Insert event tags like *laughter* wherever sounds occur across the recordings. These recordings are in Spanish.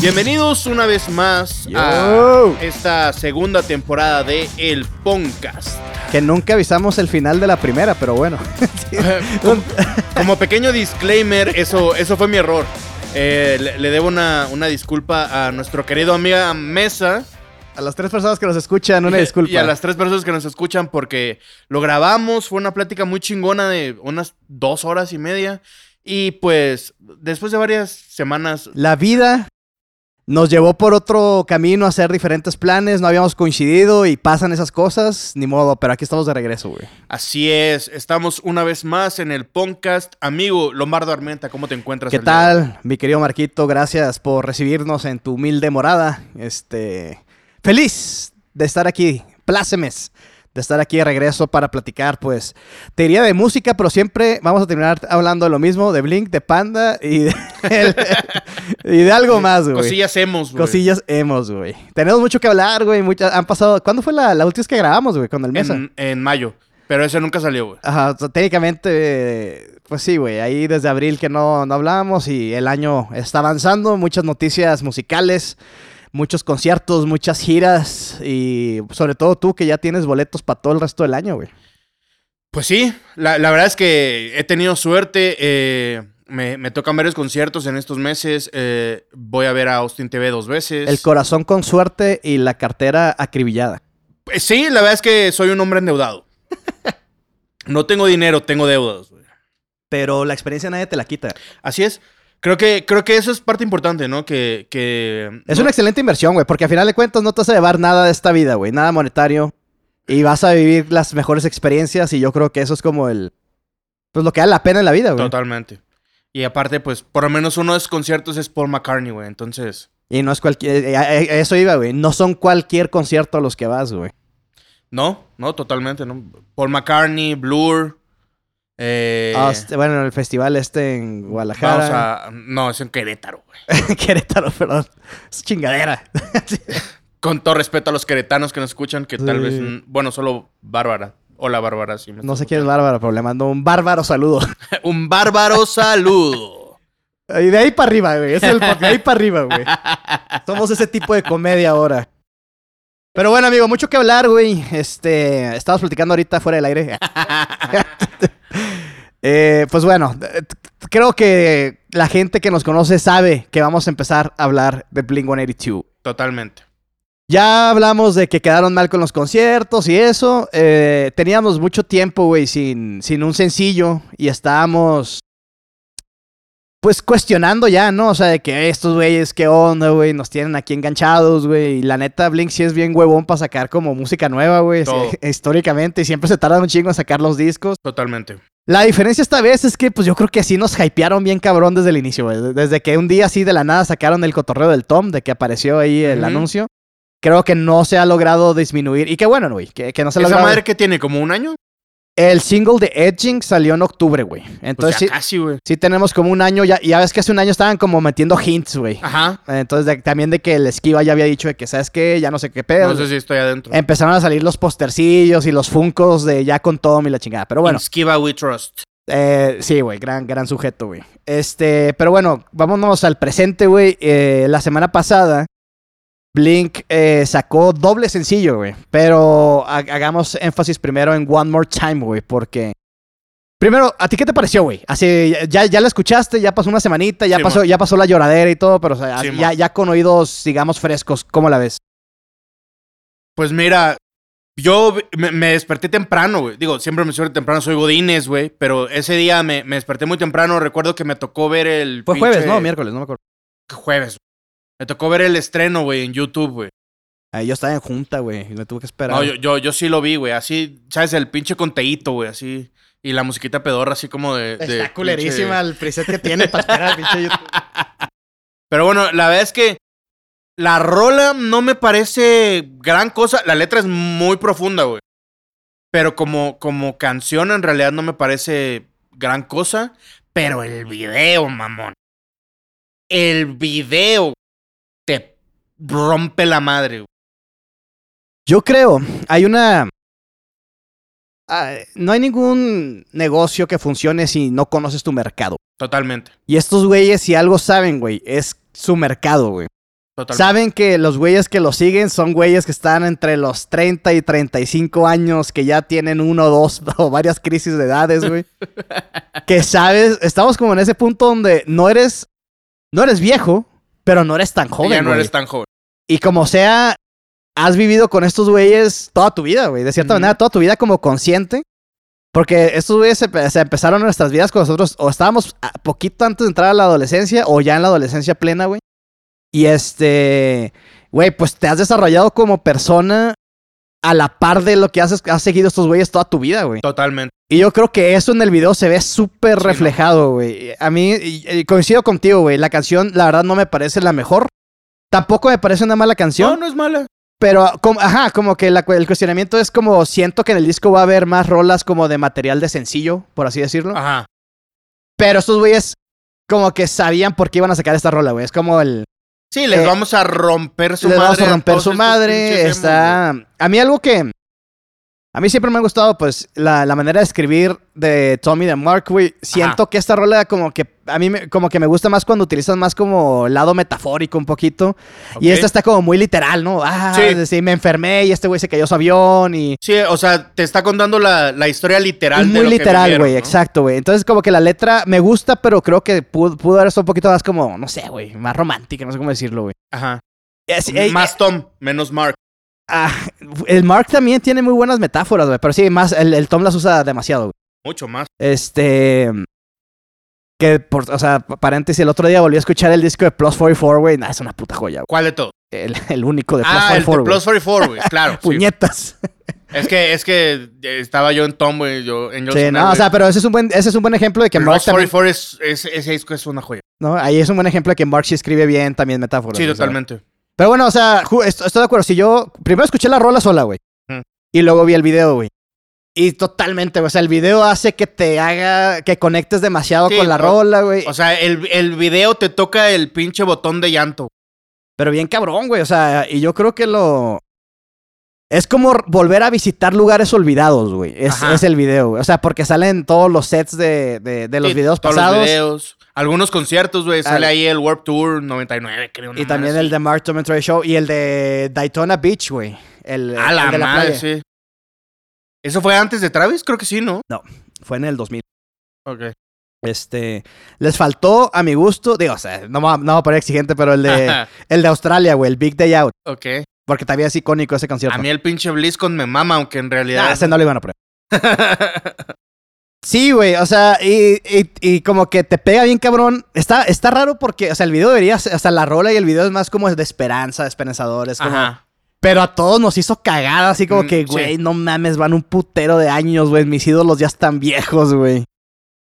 Bienvenidos una vez más Yo. a esta segunda temporada de El Poncast. Que nunca avisamos el final de la primera, pero bueno. Sí. Como, *laughs* como pequeño disclaimer, eso, eso fue mi error. Eh, le, le debo una, una disculpa a nuestro querido amiga Mesa A las tres personas que nos escuchan, *laughs* una y- disculpa. y a las tres personas que nos escuchan porque lo grabamos, fue una plática muy chingona de unas dos horas y media y pues después de varias semanas La vida nos llevó por otro camino a hacer diferentes planes, no habíamos coincidido y pasan esas cosas, ni modo, pero aquí estamos de regreso, güey. Así es, estamos una vez más en el podcast. Amigo Lombardo Armenta, ¿cómo te encuentras? ¿Qué el día de hoy? tal, mi querido Marquito? Gracias por recibirnos en tu humilde morada. Este, feliz de estar aquí, plácemes de estar aquí de regreso para platicar, pues, te diría de música, pero siempre vamos a terminar hablando de lo mismo, de Blink, de Panda y de, *laughs* y de algo más, güey. Cosillas hemos, güey. Cosillas hemos, güey. Tenemos mucho que hablar, güey. muchas- Han pasado. ¿Cuándo fue la, la última vez que grabamos, güey? Con el Mesa. En, en mayo, pero ese nunca salió, güey. Ajá, o sea, técnicamente, eh, pues sí, güey. Ahí desde abril que no, no hablábamos y el año está avanzando. Muchas noticias musicales, muchos conciertos, muchas giras y sobre todo tú que ya tienes boletos para todo el resto del año, güey. Pues sí, la, la verdad es que he tenido suerte. eh, me, me tocan varios conciertos en estos meses. eh, voy a ver a Austin TV dos veces. El corazón con suerte y la cartera acribillada. Pues sí, la verdad es que soy un hombre *laughs* endeudado. no tengo dinero, tengo deudas, güey. Pero la experiencia nadie te la quita. Así es. Creo que, creo que eso es parte importante, ¿no? Que. que Es no- una excelente inversión, güey, porque al final de cuentas no te vas a llevar nada de esta vida, güey, nada monetario. Y vas a vivir las mejores experiencias y yo creo que eso es como el... Pues lo que vale la pena en la vida, güey. Totalmente. Y aparte, pues, por lo menos uno de los conciertos es Paul McCartney, güey. Entonces, Y no es cualquier... eh, a- a eso iba, güey. No son cualquier concierto a los que vas, güey. no, no, totalmente, ¿no? Paul McCartney, Blur. Eh, Hasta- Ah, bueno, el festival este en vamos Guadalajara. a. No, es en Querétaro, güey. *laughs* Querétaro, perdón. Es chingadera. Con todo respeto a los queretanos que nos escuchan, que tal Sí. vez. mm, Bueno, solo Bárbara. Hola, Bárbara, sí. me No sé estás quién es Bárbara, pero le mando un bárbaro saludo. escuchando. Un bárbaro *laughs* saludo. Y de ahí para arriba, güey. Es el pod- de ahí para arriba, güey. Somos ese tipo de comedia ahora. Pero bueno, amigo, mucho que hablar, güey. Este, estábamos platicando ahorita fuera del aire. *laughs* Eh, pues bueno, eh, t- t- creo que la gente que nos conoce sabe que vamos a empezar a hablar de Blink 182. Totalmente. Ya hablamos de que quedaron mal con los conciertos y eso. Eh, teníamos mucho tiempo, güey, sin, sin un sencillo y estábamos, pues, cuestionando ya, ¿no? O sea, de que estos güeyes, qué onda, güey, nos tienen aquí enganchados, güey. Y la neta, Blink sí es bien huevón para sacar como música nueva, güey, Todo. sí, *laughs* históricamente. Y siempre se tardan un chingo en sacar los discos. Totalmente. La diferencia esta vez es que, pues, yo creo que sí nos hypearon bien cabrón desde el inicio, güey. De- Desde que un día así de la nada sacaron el cotorreo del Tom, de que apareció ahí el Ujú. anuncio. Creo que no se ha logrado disminuir. Y qué bueno, güey, que, que no se ha Esa logrado. madre que tiene como un año. El single de Edging salió en octubre, güey. Pues Entonces, ya sí, casi, güey. sí tenemos como un año ya. Ya ves que hace un año estaban como metiendo hints, güey. Ajá. Entonces, de- también de que el esquiva ya había dicho de que, ¿sabes qué? Ya no sé qué pedo. No sé si estoy adentro. Empezaron a salir los postercillos y los funcos de ya con Tom y la chingada. Pero bueno. Inskiva We Trust. Eh, sí, güey, gran, gran sujeto, güey. Este, pero bueno, vámonos al presente, güey. Eh, la semana pasada, Blink eh, sacó doble sencillo, güey. Pero ha- hagamos énfasis primero en One More Time, güey, porque. Primero, ¿a ti qué te pareció, güey? Así, ya, ya la escuchaste, ya pasó una semanita, ya, Sí, pasó, mon. ya pasó la lloradera y todo, pero o sea, Sí, ya, mon. ya con oídos, digamos, frescos, ¿cómo la ves? Pues mira, yo vi- me, me desperté temprano, güey. Digo, siempre me despierto temprano, soy Godines, güey. Pero ese día me, me desperté muy temprano. Recuerdo que me tocó ver el. Fue jueves, pinche- ¿no? Miércoles, no me acuerdo. Jueves. Me tocó ver el estreno, güey, en YouTube, güey. Ahí yo estaba en junta, güey, y me tuve que esperar. No, yo, yo, yo sí lo vi, güey. Así, ¿sabes? El pinche conteíto, güey, así. Y la musiquita pedorra, así como de. de Está pinche- culerísima el preset que tiene para esperar, pinche *laughs* YouTube. Pero bueno, la verdad es que la rola no me parece gran cosa. La letra es muy profunda, güey. Pero como, como canción en realidad no me parece gran cosa. Pero el video, mamón. El video te rompe la madre, güey. Yo creo, hay una... ah, no hay ningún negocio que funcione si no conoces tu mercado. Totalmente. Y estos güeyes, si algo saben, güey, es su mercado, güey. Totalmente. Saben que los güeyes que los siguen son güeyes que están entre los 30 y 35 años, que ya tienen uno, dos *laughs* o varias crisis de *laughs* edades, güey. que sabes, estamos como en ese punto donde no eres, no eres viejo, pero no eres tan joven. ya no güey. eres tan joven. Y como sea, has vivido con estos güeyes toda tu vida, güey. De cierta Ujú. manera, toda tu vida como consciente. Porque estos güeyes se, pe- se empezaron nuestras vidas con nosotros. O estábamos a poquito antes de entrar a la adolescencia o ya en la adolescencia plena, güey. Y este, güey, pues te has desarrollado como persona a la par de lo que has, has seguido estos güeyes toda tu vida, güey. Totalmente. Y yo creo que eso en el video se ve súper Sí, ¿no? reflejado, güey. A mí, y- y coincido contigo, güey. La canción, la verdad, no me parece la mejor. Tampoco me parece una mala canción. No, no es mala. Pero, como, ajá, como que la cu- el cuestionamiento es como siento que en el disco va a haber más rolas como de material de sencillo, por así decirlo. Ajá. Pero estos güeyes como que sabían por qué iban a sacar esta rola, güey. Es como el... Sí, les Eh, vamos a romper su le madre. vamos a romper todos su estos madre. pinches emos, Está... A mí algo que... A mí siempre me ha gustado, pues, la, la manera de escribir de Tommy de Mark, güey. Siento que esta rola como que... A mí me- como que me gusta más cuando utilizan más como lado metafórico un poquito. güey. Y Ok. esta está como muy literal, ¿no? Ah, Sí. sí. me enfermé y este güey se cayó su avión y... Sí, o sea, te está contando la, la historia literal. Es de muy lo que literal, vivieron, güey, ¿no? exacto, güey. Entonces, como que la letra me gusta, pero creo que pudo, pudo haber sido un poquito más como, no sé, güey, más romántica, no sé cómo decirlo, güey. Ajá. Es- eh, Más Tom, menos Mark. ah, el Mark también tiene muy buenas metáforas, güey, pero sí, más, el, el Tom las usa demasiado, güey. Mucho más. Este. Que, por, o sea, paréntesis, el otro día volví a escuchar el disco de Plus 44, güey. Nah, es una puta joya, güey. ¿Cuál de todo? El, el único de Plus ah, el 44, de güey. Plus 44, güey. *laughs* Claro. sí. Puñetas. Es que, es que eh, estaba yo en Tom, güey. Yo en Sí, Johnson, no, o güey. sea, pero ese es un buen, ese es un buen ejemplo de que Plus Mark también- 44 es, es, ese disco es una joya. ¿no? Ahí es un buen ejemplo de que Mark sí escribe bien también metáforas. Sí, o sea. totalmente. Pero bueno, o sea, ju- est- estoy de acuerdo. Si yo primero escuché la rola sola, güey. Ujú. Y luego vi el video, güey. Y totalmente, güey. O sea, el video hace que te haga, que conectes demasiado Sí, con la o- rola, güey. O sea, el, el video te toca el pinche botón de llanto. Pero bien cabrón, güey. O sea, y yo creo que lo... Es como r- volver a visitar lugares olvidados, güey. Es, Ajá. es el video, güey. O sea, porque salen todos los sets de, de- de los Sí, videos todos pasados. Los videos. Algunos conciertos, güey. Sale ahí el Warp Tour 99, creo. Y también el de Mark Tomentry Show y el de Daytona Beach, güey. El, A el la, de la madre, playa. sí. ¿Eso fue antes de Travis? Creo que sí, ¿no? Fue en el 2000. Ok. Este, les faltó a mi gusto, digo, o sea, no me va- no me voy a poner exigente, pero *laughs* el de, el de Australia, güey, el Big Day Out, ok. porque también es icónico ese concierto. A mí el pinche BlizzCon me mama, aunque en realidad. Ah, ese no lo iban a poner. *laughs* Sí, güey, o sea, y, y- y como que te pega bien cabrón. Está, está raro porque, o sea, el video debería, ser- o sea, la rola y el video es más como de esperanza, de esperanzadores, como- Ajá. Pero a todos nos hizo cagada, así como Mm, que, sí. güey, no mames, van un putero de años, güey. Mis ídolos ya están viejos, güey.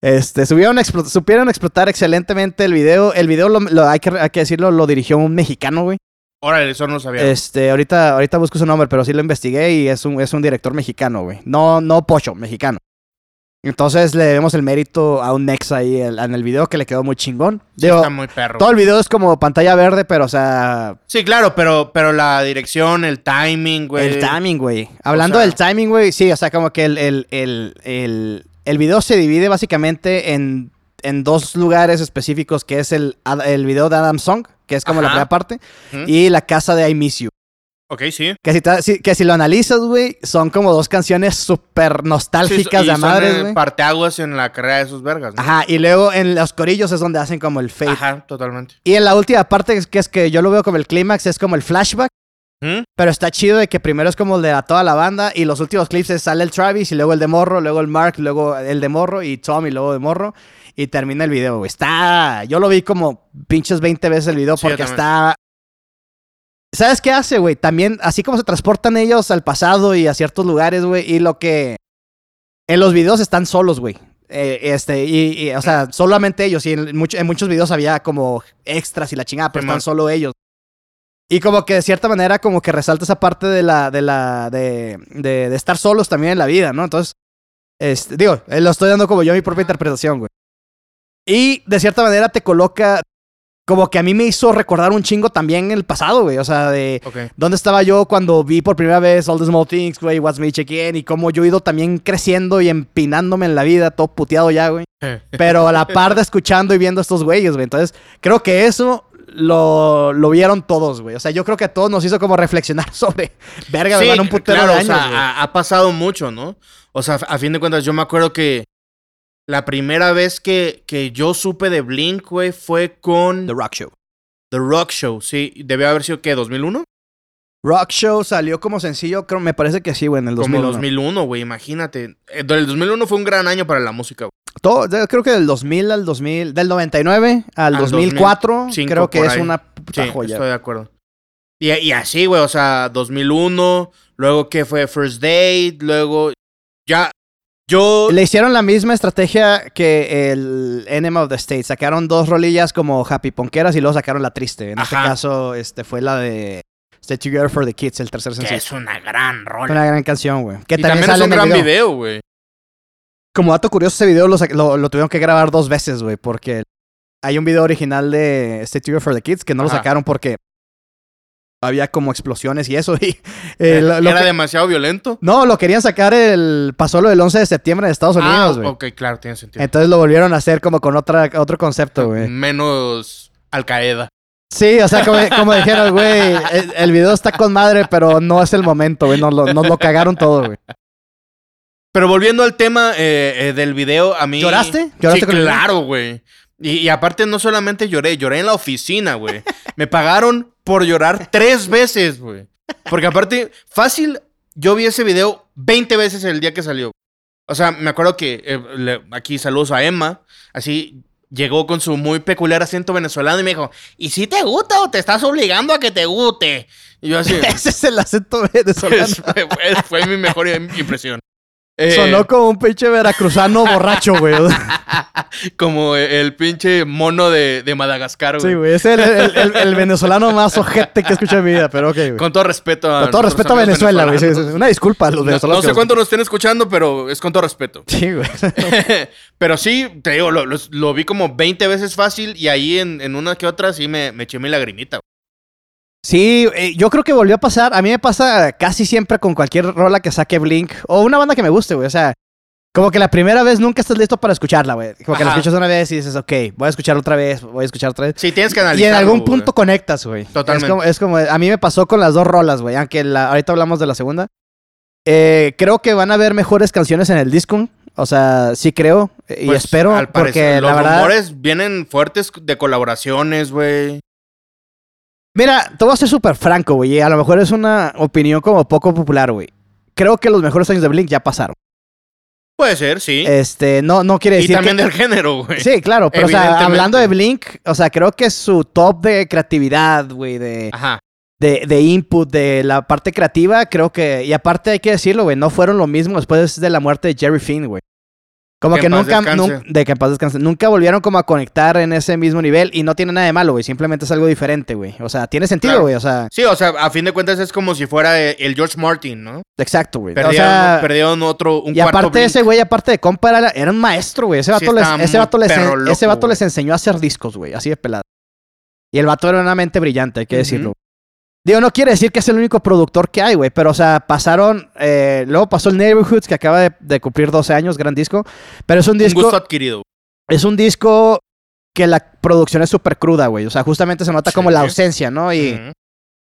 Este, subieron a explo- supieron explotar excelentemente el video. El video, lo, lo- hay, que, hay que decirlo, lo dirigió un mexicano, güey. Órale, eso no lo sabía. Este, ahorita, ahorita busco su nombre, pero sí lo investigué y es un, es un director mexicano, güey. No, no pocho, mexicano. Entonces le debemos el mérito a un Nex ahí el- en el video que le quedó muy chingón. Sí, Digo, está muy perro. todo el video es como pantalla verde, pero o sea, Sí, claro, pero, pero la dirección, el timing, güey. El timing, güey. Hablando sea- del timing, güey, sí, o sea, como que el, el, el, el, el video se divide básicamente en, en dos lugares específicos, que es el, Ad- el video de Adam Song, que es como la Ajá. primera parte, Ujú. y la casa de I Miss You. Ok, sí. Que si, ta- si- que si lo analizas, güey, son como dos canciones súper nostálgicas y de son, eh, madres, güey. Parteaguas en la carrera de esos vergas. ¿no? Ajá, y luego en los corillos es donde hacen como el fade. Ajá, totalmente. Y en la última parte, que es- que es que yo lo veo como el clímax, es como el flashback. ¿Mm? Pero está chido de que primero es como el de a toda la banda y los últimos clips es- sale el Travis y luego el de Morro, luego el Mark, luego el de Morro y Tom y luego de Morro y termina el video, güey. Está... Yo lo vi como pinches 20 veces el video Sí, yo porque también. está... ¿Sabes qué hace, güey? También, así como se transportan ellos al pasado y a ciertos lugares, güey, y lo que... En los videos están solos, güey. Eh, este, y, y, o sea, solamente ellos. Y en, mucho- en muchos videos había como extras y la chingada, pero Simón. están solo ellos. Y como que de cierta manera, como que resalta esa parte de la, de la, de, de, de estar solos también en la vida, ¿no? Entonces, este, digo, eh, lo estoy dando como yo mi propia interpretación, güey. Y de cierta manera te coloca, como que a mí me hizo recordar un chingo también el pasado, güey. O sea, de, Ok. ¿Dónde estaba yo cuando vi por primera vez All the Small Things, güey? What's Me Check In. Y cómo yo he ido también creciendo y empinándome en la vida, todo *laughs* puteado ya, güey. Pero a la par de escuchando y viendo a estos güeyes, güey. Entonces, creo que eso lo, lo vieron todos, güey. O sea, yo creo que a todos nos hizo como reflexionar *laughs* sobre, verga, me van un putero claro, de o años, sea, güey. ha, ha pasado mucho, ¿no? O sea, a fin de cuentas, yo me acuerdo que la primera vez que, que yo supe de Blink, güey, fue con The, The Rock Show. Rock Show, sí. Debió haber sido, ¿qué? ¿2001? Rock Show salió como sencillo, creo, me parece que sí, güey, en el Como 2001. 2001, güey, imagínate. Eh, El 2001 fue un gran año para la música, güey. Todo- de- creo que del 2000 al 2000, del 99 al, Al 2004, 2005 creo que por es ahí. una puta Sí, joya. estoy de acuerdo. Y, y así, güey, o sea, 2001, luego que fue First Date, luego ya... Yo... Le hicieron la misma estrategia que el Enema of the State. Sacaron dos rolillas como happy ponqueras y luego sacaron la triste. En este Ajá. caso, este fue la de Stay Together for the Kids, el tercer que sencillo. es una gran rola. Una gran canción, güey. Que y también es sale un en el gran video. Eh, video, güey. Como dato curioso, ese video lo, sa- lo- lo tuvieron que grabar dos veces, güey, porque hay un video original de Stay Together for the Kids que no lo Ajá. sacaron porque había como explosiones y eso. *laughs* Y, eh, lo- lo Era que- demasiado violento. No, lo querían sacar el... Pasó lo del 11 de septiembre en Estados Ah, Unidos, güey. ok, claro, tiene sentido. Entonces lo volvieron a hacer como con otra, otro concepto, güey. Menos Al Qaeda. Sí, o sea, como, como dijeron, güey, el, el video está con madre, pero no es el momento, güey. Nos lo, nos lo cagaron *laughs* todo, güey. Pero volviendo al tema eh, eh, del video, a mí. ¿Lloraste? ¿Lloraste sí, con el video? claro, güey. Y, y aparte, no solamente lloré, lloré en la oficina, güey. Me pagaron por llorar tres veces, güey. Porque aparte, fácil, yo vi ese video 20 veces el día que salió. O sea, me acuerdo que eh, le- aquí saludos a Emma. Así llegó con su muy peculiar acento venezolano y me dijo: ¿Y si te gusta o te estás obligando a que te guste? Y *laughs* yo así. *laughs* Ese es el acento venezolano. Pues, fue, fue- fue mi mejor im- impresión. Eh, Sonó como un pinche veracruzano borracho, *laughs* güey. como el pinche mono de, de Madagascar, güey. Sí, güey. Es el, el- el- el venezolano más ojete que he escuchado en mi vida, pero ok, güey. Con, Con todo respeto a. todo nuestros respeto a amigos Venezuela, güey. sí, venezolanos. sí, sí. Una disculpa a los No, venezolanos. no que sé nos- cuánto nos estén escuchando, pero es con todo respeto. *laughs* Sí, güey. pero sí, te digo, lo, los- lo vi como 20 veces fácil y ahí en, en una que otra sí me, me eché mi lagrimita. güey. Sí, eh, yo creo que volvió a pasar. A mí me pasa casi siempre con cualquier rola que saque Blink o una banda que me guste, güey. O sea, como que la primera vez nunca estás listo para escucharla, güey. Como que la Ajá. escuchas una vez y dices, ok, voy a escuchar otra vez, voy a escuchar otra vez. Sí, tienes que Y analizar. en algún punto conectas, güey. Totalmente. Es como, es como- a mí me pasó con las dos rolas, güey. Aunque la- ahorita hablamos de la segunda. Eh, creo que van a haber mejores canciones en el disco. O sea, sí creo eh, y espero. porque Pues, los la verdad. rumores vienen fuertes de colaboraciones, güey. Mira, te voy a ser súper franco, güey. y A lo mejor es una opinión como poco popular, güey. Creo que los mejores años de Blink ya pasaron. Puede ser, sí. Este, no, no quiere y decir. también que- del género, güey. Sí, claro, pero o sea, Evidentemente. hablando de Blink, o sea, creo que su top de creatividad, güey, de, Ajá. de, de input, de la parte creativa, creo que. Y aparte hay que decirlo, güey, no fueron lo mismo después de la muerte de Jerry Finn, güey. Como Que que en paz nunca, descanse. nun- de que en paz descanse, nunca volvieron como a conectar en ese mismo nivel y no tiene nada de malo, güey, simplemente es algo diferente, güey. O sea, tiene sentido, Claro. güey, o sea, Sí, o sea, a fin de cuentas es como si fuera eh, el George Martin, ¿no? Exacto, güey. Perdieron, o sea, perdieron otro, un y cuarto aparte Blink. ese güey, aparte de compa, era, era un maestro, güey. Ese vato, les, estaba ese muy vato, les, perro en- loco, ese vato güey. les enseñó a hacer discos, güey, así de pelado. Y el vato era una mente brillante, hay que Ujú. decirlo. Digo, no quiere decir que es el único productor que hay, güey, pero, o sea, pasaron. eh, luego pasó el Neighborhoods, que acaba de, de cumplir 12 años, gran disco. Pero es un un disco. gusto adquirido. Es un disco que la producción es súper cruda, güey. O sea, justamente se nota Sí. como la ausencia, ¿no? Y, Ujú.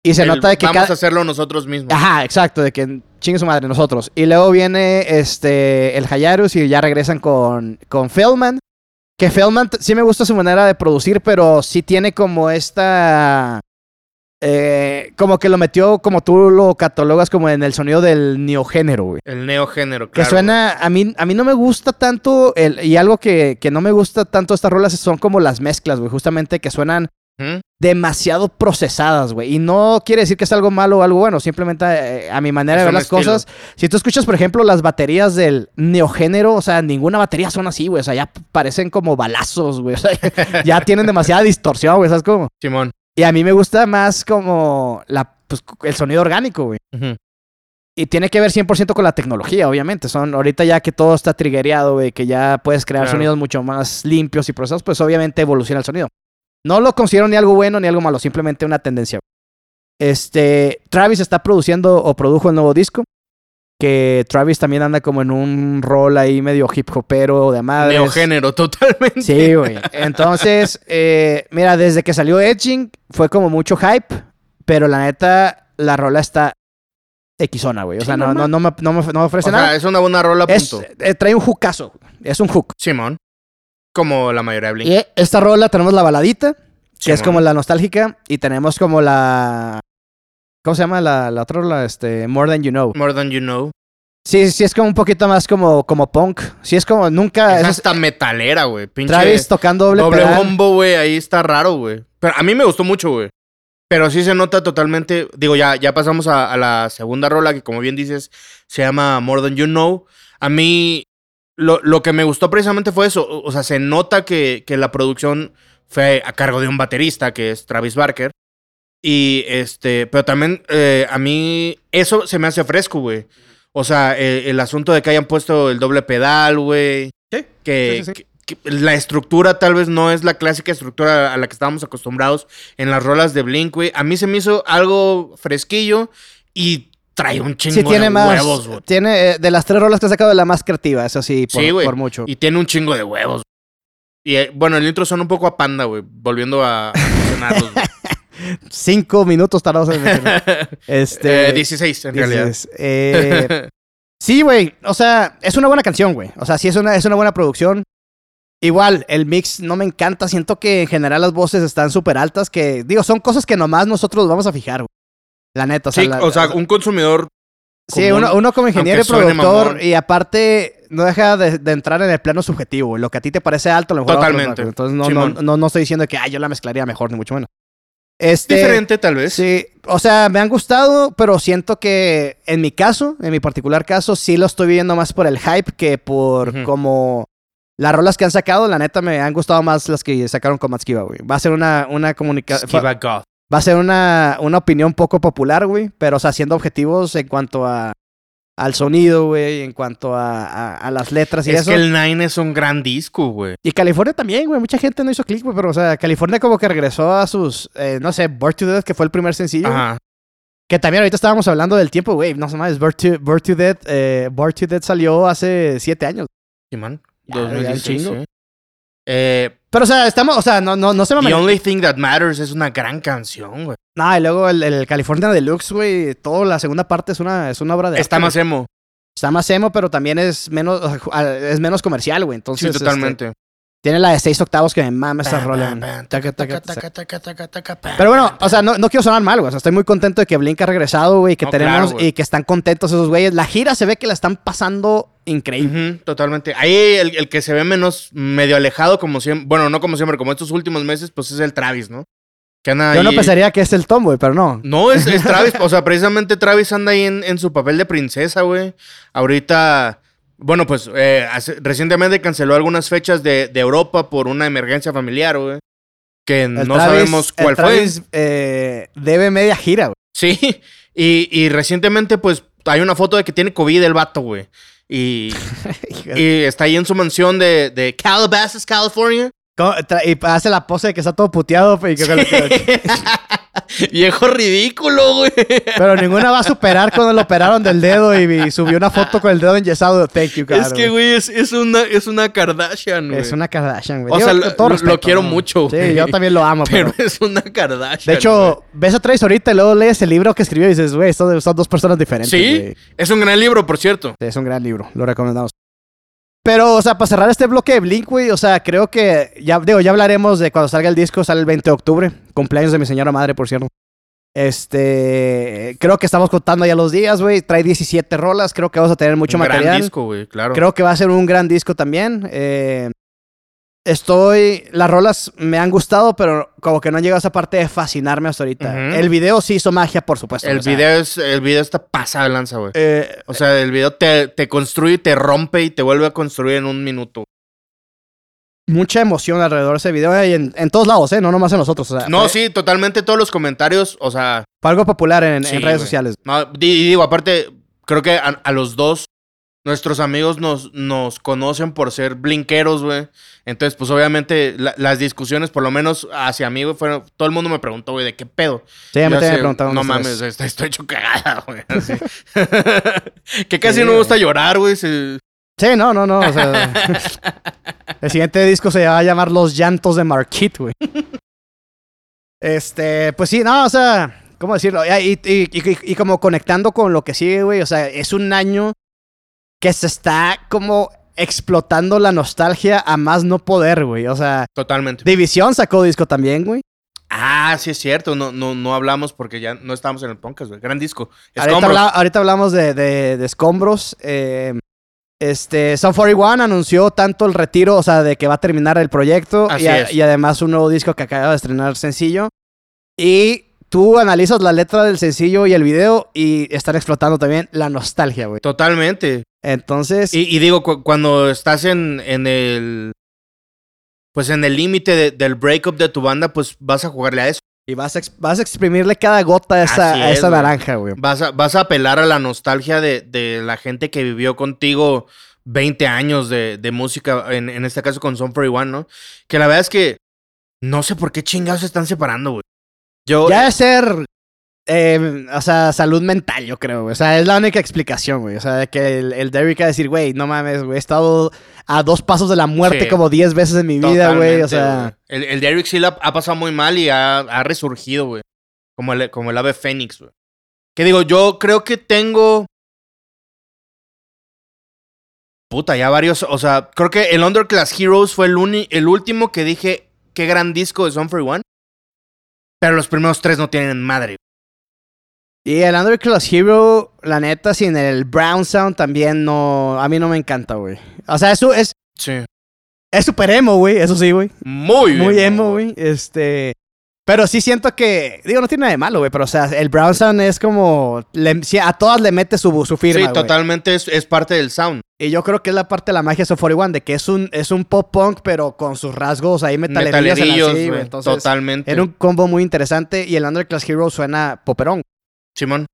y se El nota de que Vamos cada- a hacerlo nosotros mismos. Ajá, exacto, de que chingue su madre nosotros. Y luego viene este el Hayarus y ya regresan con, con Feldman. Que Feldman t- sí me gusta su manera de producir, pero sí tiene como esta. eh, como que lo metió, como tú lo catalogas, como en el sonido del neogénero, güey. El neogénero, Que claro. suena, a mí, a mí no me gusta tanto, el, y algo que, que no me gusta tanto de estas rolas son como las mezclas, güey, justamente que suenan güey. Ujú. demasiado procesadas, güey. Y no quiere decir que es algo malo o algo bueno, simplemente eh, a mi manera Es de ver un las estilo. cosas. Si tú escuchas, por ejemplo, las baterías del neogénero, o sea, ninguna batería son así, güey. O sea, ya p- parecen como balazos, güey. O sea, *laughs* ya tienen demasiada distorsión, güey. ¿Sabes cómo? Simón. Y a mí me gusta más como la, pues, cu- el sonido orgánico, güey. Ujú. Y tiene que ver 100% con la tecnología, obviamente. Son ahorita ya que todo está triggereado, güey, que ya puedes crear Claro. sonidos mucho más limpios y procesados, pues obviamente evoluciona el sonido. No lo considero ni algo bueno ni algo malo, simplemente una tendencia. Este, Travis está produciendo o produjo el nuevo disco. que Travis también anda como en un rol ahí medio hip hopero de madre. *laughs* Neogénero, totalmente. Sí, güey. Entonces, eh, mira, desde que salió Edging fue como mucho hype, pero la neta, la rola está equisona, güey. O sea, Sí, no, no, normal. no, me, no me- no me O ofrece sea, Pues nada. es una buena rola, Es- punto. eh, trae un hookazo. Es un hook. Simón. Como la mayoría de Blink. Y eh, esta rola tenemos la baladita, que es Simón. como la nostálgica, y tenemos como la... ¿Cómo se llama la, la otra rola? Este, More Than You Know. More Than You Know. Sí, sí, es como un poquito más como, como punk. Sí, es como nunca... es Ah, eso es- hasta metalera, güey. Pinche Travis tocando doble, doble, pedal. bombo, güey. Ahí está raro, güey. Pero a mí me gustó mucho, güey. Pero sí se nota totalmente. Digo, ya, ya pasamos a, a la segunda rola, que como bien dices, se llama More Than You Know. A mí, lo, lo que me gustó precisamente fue eso. O o sea, se nota que, que la producción fue a cargo de un baterista, que es Travis Barker. Y este, pero también eh, a mí eso se me hace fresco, güey. O sea, eh, el, asunto de que hayan puesto el doble pedal, güey. Sí, Que, sí, sí, que- que la estructura tal vez no es la clásica estructura a la que estábamos acostumbrados en las rolas de Blink, güey. A mí se me hizo algo fresquillo y trae un chingo Sí, tiene de más. huevos, güey. tiene eh, de las tres rolas que ha sacado, la más creativa, eso sí, por, Sí, güey. por mucho. Y tiene un chingo de huevos. Y eh, bueno, el intro suena un poco a panda, güey. Volviendo a, a mencionarlos, güey. Cinco minutos tardados en *laughs* decirlo. *laughs* este, Eh, 16, Eh, en realidad. dices, eh, sí, güey. O sea, es una buena canción, güey. O sea, sí es una, es una buena producción. Igual, el mix no me encanta. Siento que en general las voces están súper altas. Que, digo, son cosas que nomás nosotros vamos a fijar, güey. La neta, o sea, *laughs* Sí, la- o sea, un consumidor Sí, común, uno, uno como ingeniero y aunque suene productor, mamón. y aparte no deja de, de entrar en el plano subjetivo. güey. Lo que a ti te parece alto, a lo mejor a otros Totalmente. no. Entonces no, Simón. no, no, no estoy diciendo que "Ay, yo la mezclaría mejor, ni mucho menos. Este, diferente, tal vez. Sí, o sea, me han gustado, pero siento que en mi caso, en mi particular caso, sí lo estoy viviendo más por el hype que por Ujú. como las rolas que han sacado. La neta, me han gustado más las que sacaron con Matskiba, güey. Va a ser una, una comunicación. Skiba God. Va a ser una, una opinión poco popular, güey, pero, o sea, siendo objetivos en cuanto a, al sonido, güey, en cuanto a, a- a las letras y es eso. que el Nine es un gran disco, güey. Y California también, güey, mucha gente no hizo clic, güey, pero, o sea, California como que regresó a sus, eh, no sé, Birth to Death, que fue el primer sencillo. güey. Ajá. Que también ahorita estábamos hablando del tiempo, güey, no sé más, Birth to, Birth to Death, eh, Birth to Death salió hace siete años. Simón. Ya, ya, 2016, el chingo. sí. Eh, Pero, o sea, estamos, o sea, no, no, no se me The Only Thing That Matters es una gran canción, güey. No, y luego el, el California Deluxe, güey, toda la segunda parte es una, es una obra de Está arte, más emo. Está más emo, pero también es menos, *laughs* es menos comercial, güey. Entonces, Sí, este, totalmente. tiene la de 6 octavos que me mama esta rola. Pam, güey. pam, Taca, taca, Taca, taca. taca, taca, taca, taca, pam. Pero bueno, o sea, no, no quiero sonar mal, güey. O sea, estoy muy contento de que Blink ha regresado, güey, que No, tenemos claro, güey. y que están contentos esos güeyes. La gira se ve que la están pasando increíble. Ujú, totalmente. Ahí el, el que se ve menos medio alejado, como siempre. Bueno, no como siempre, como estos últimos meses, pues es el Travis, ¿no? Que anda Yo no ahí- pensaría que es el Tom, güey, pero no. No, es, es Travis. O sea, precisamente Travis anda ahí en, en su papel de princesa, güey. Ahorita, bueno, pues eh, hace- recientemente canceló algunas fechas de, de Europa por una emergencia familiar, güey. Que El no Travis- sabemos cuál el fue. Travis, eh, debe media gira, güey. *laughs* Sí. Y, y recientemente, pues, hay una foto de que tiene COVID el vato, güey. Y, y está ahí en su mansión de, de Calabasas, California. *laughs* ¿Cómo? Tra- Y hace la pose de que está todo puteado, güey, y que- Viejo ridículo, güey. Pero ninguna va a superar cuando lo operaron del dedo y, y subió una foto con el dedo enyesado. Thank you, es que, güey, es, es una, es una Kardashian, güey. Es una Kardashian, güey. O Digo, sea, con lo- todo lo- lo respeto, quiero mucho, Sí, güey. yo también lo amo, pero... Pero es una Kardashian. De hecho, ves a Travis ahorita y luego lees el libro que escribió y dices, güey, son, son dos personas güey. diferentes. sí, güey. es un gran libro, por cierto. Sí, Es un gran libro, lo recomendamos. Pero, o sea, para cerrar este bloque de Blink, güey, o sea, creo que ya, digo, ya hablaremos de cuando salga el disco, sale el 20 de octubre, cumpleaños de mi señora madre, por cierto. Este, creo que estamos contando ya los días, güey, trae 17 rolas, creo que vamos a tener mucho un material. gran disco, güey, claro. Creo que va a ser un gran disco también. eh, estoy. Las rolas me han gustado, pero como que no han llegado a esa parte de fascinarme hasta ahorita. Ujú. El video sí hizo magia, por supuesto. el, o sea, video es, el video está pasado de lanza, güey. eh, O sea, el video te, te construye, te rompe y te vuelve a construir en un minuto. mucha emoción alrededor de ese video y en, en todos lados, ¿eh? No nomás en nosotros. o sea, No, fue- sí, totalmente todos los comentarios, o sea, Fue algo popular en, en Sí, redes güey. sociales. no, di- digo, aparte, creo que a, a los dos Nuestros amigos nos, nos conocen por ser blinqueros, güey. Entonces, pues obviamente la- las discusiones, por lo menos hacia mí, güey, fueron. Todo el mundo me preguntó, güey, ¿de qué pedo? Sí, a mí Yo también me así, preguntaron. No una vez. mames, eh. est- estoy hecho cagada, *laughs* güey. así. que casi Sí, no me güey. gusta llorar, güey. sí. Sí, no, no, no. *laughs* o sea, el siguiente disco se va a llamar Los Llantos de Marquit, güey. Este, pues sí, no, o sea, ¿cómo decirlo? Y, y- y- y- y como conectando con lo que sigue, güey, o sea, es un año que se está como explotando la nostalgia a más no poder, güey. O sea, Totalmente. División sacó disco también, güey. Ah, sí es cierto. No, no, no hablamos porque ya no estábamos en el podcast, güey. Gran disco. Ahorita, Escombros. habla- ahorita hablamos de, de- de escombros. eh, este, Sun 41 anunció tanto el retiro, o sea, de que va a terminar el proyecto. Así Y, a- es. y además un nuevo disco que acaba de estrenar sencillo. Y tú analizas la letra del sencillo y el video y están explotando también la nostalgia, güey. Totalmente. Entonces, Y, y digo, cu- cuando estás en, en el. Pues en el límite de- del breakup de tu banda, pues vas a jugarle a eso. y vas, a, ex- vas a exprimirle cada gota a esa, Así a es, esa güey. naranja, güey. Vas a, vas a apelar a la nostalgia de, de la gente que vivió contigo 20 años de, de música, en, en este caso con Son 41, ¿no? Que la verdad es que no sé por qué chingados se están separando, güey. Yo, Ya de ser, eh, o sea, salud mental, yo creo, güey. O sea, es la única explicación, güey. O sea, de que el, el Derrick a decir, güey, no mames, güey, he estado a dos pasos de la muerte Sí. como diez veces en mi vida, güey. Totalmente, O sea, güey. El, el Derek sí la- ha pasado muy mal y ha, ha resurgido, güey. Como el, como el ave fénix, güey. Que digo, yo creo que tengo. Puta, ya varios. O sea, creo que el Underclass Heroes fue el, uni- el último que dije, qué gran disco de Son Free One. Pero los primeros tres no tienen madre. y el Underclass Hero, la neta, sin el Brown Sound también no, a mí no me encanta, güey. O sea, eso es, Sí. es super emo, güey, eso sí, güey. Muy bien. Muy emo, güey. Este. Pero sí siento que. Digo, no tiene nada de malo, güey. Pero, o sea, el Brown Sound es como. le- sí, a todas le mete su, su Sí, firma. güey. totalmente es, es parte del sound. Y yo creo que es la parte de la magia de Soft 41, de que es un, es un pop punk, pero con sus rasgos ahí metalerillos. en la- Metalerillos, sí, güey. güey, Entonces, Totalmente. era un combo muy interesante y el Underclass Hero suena poperón. Simón.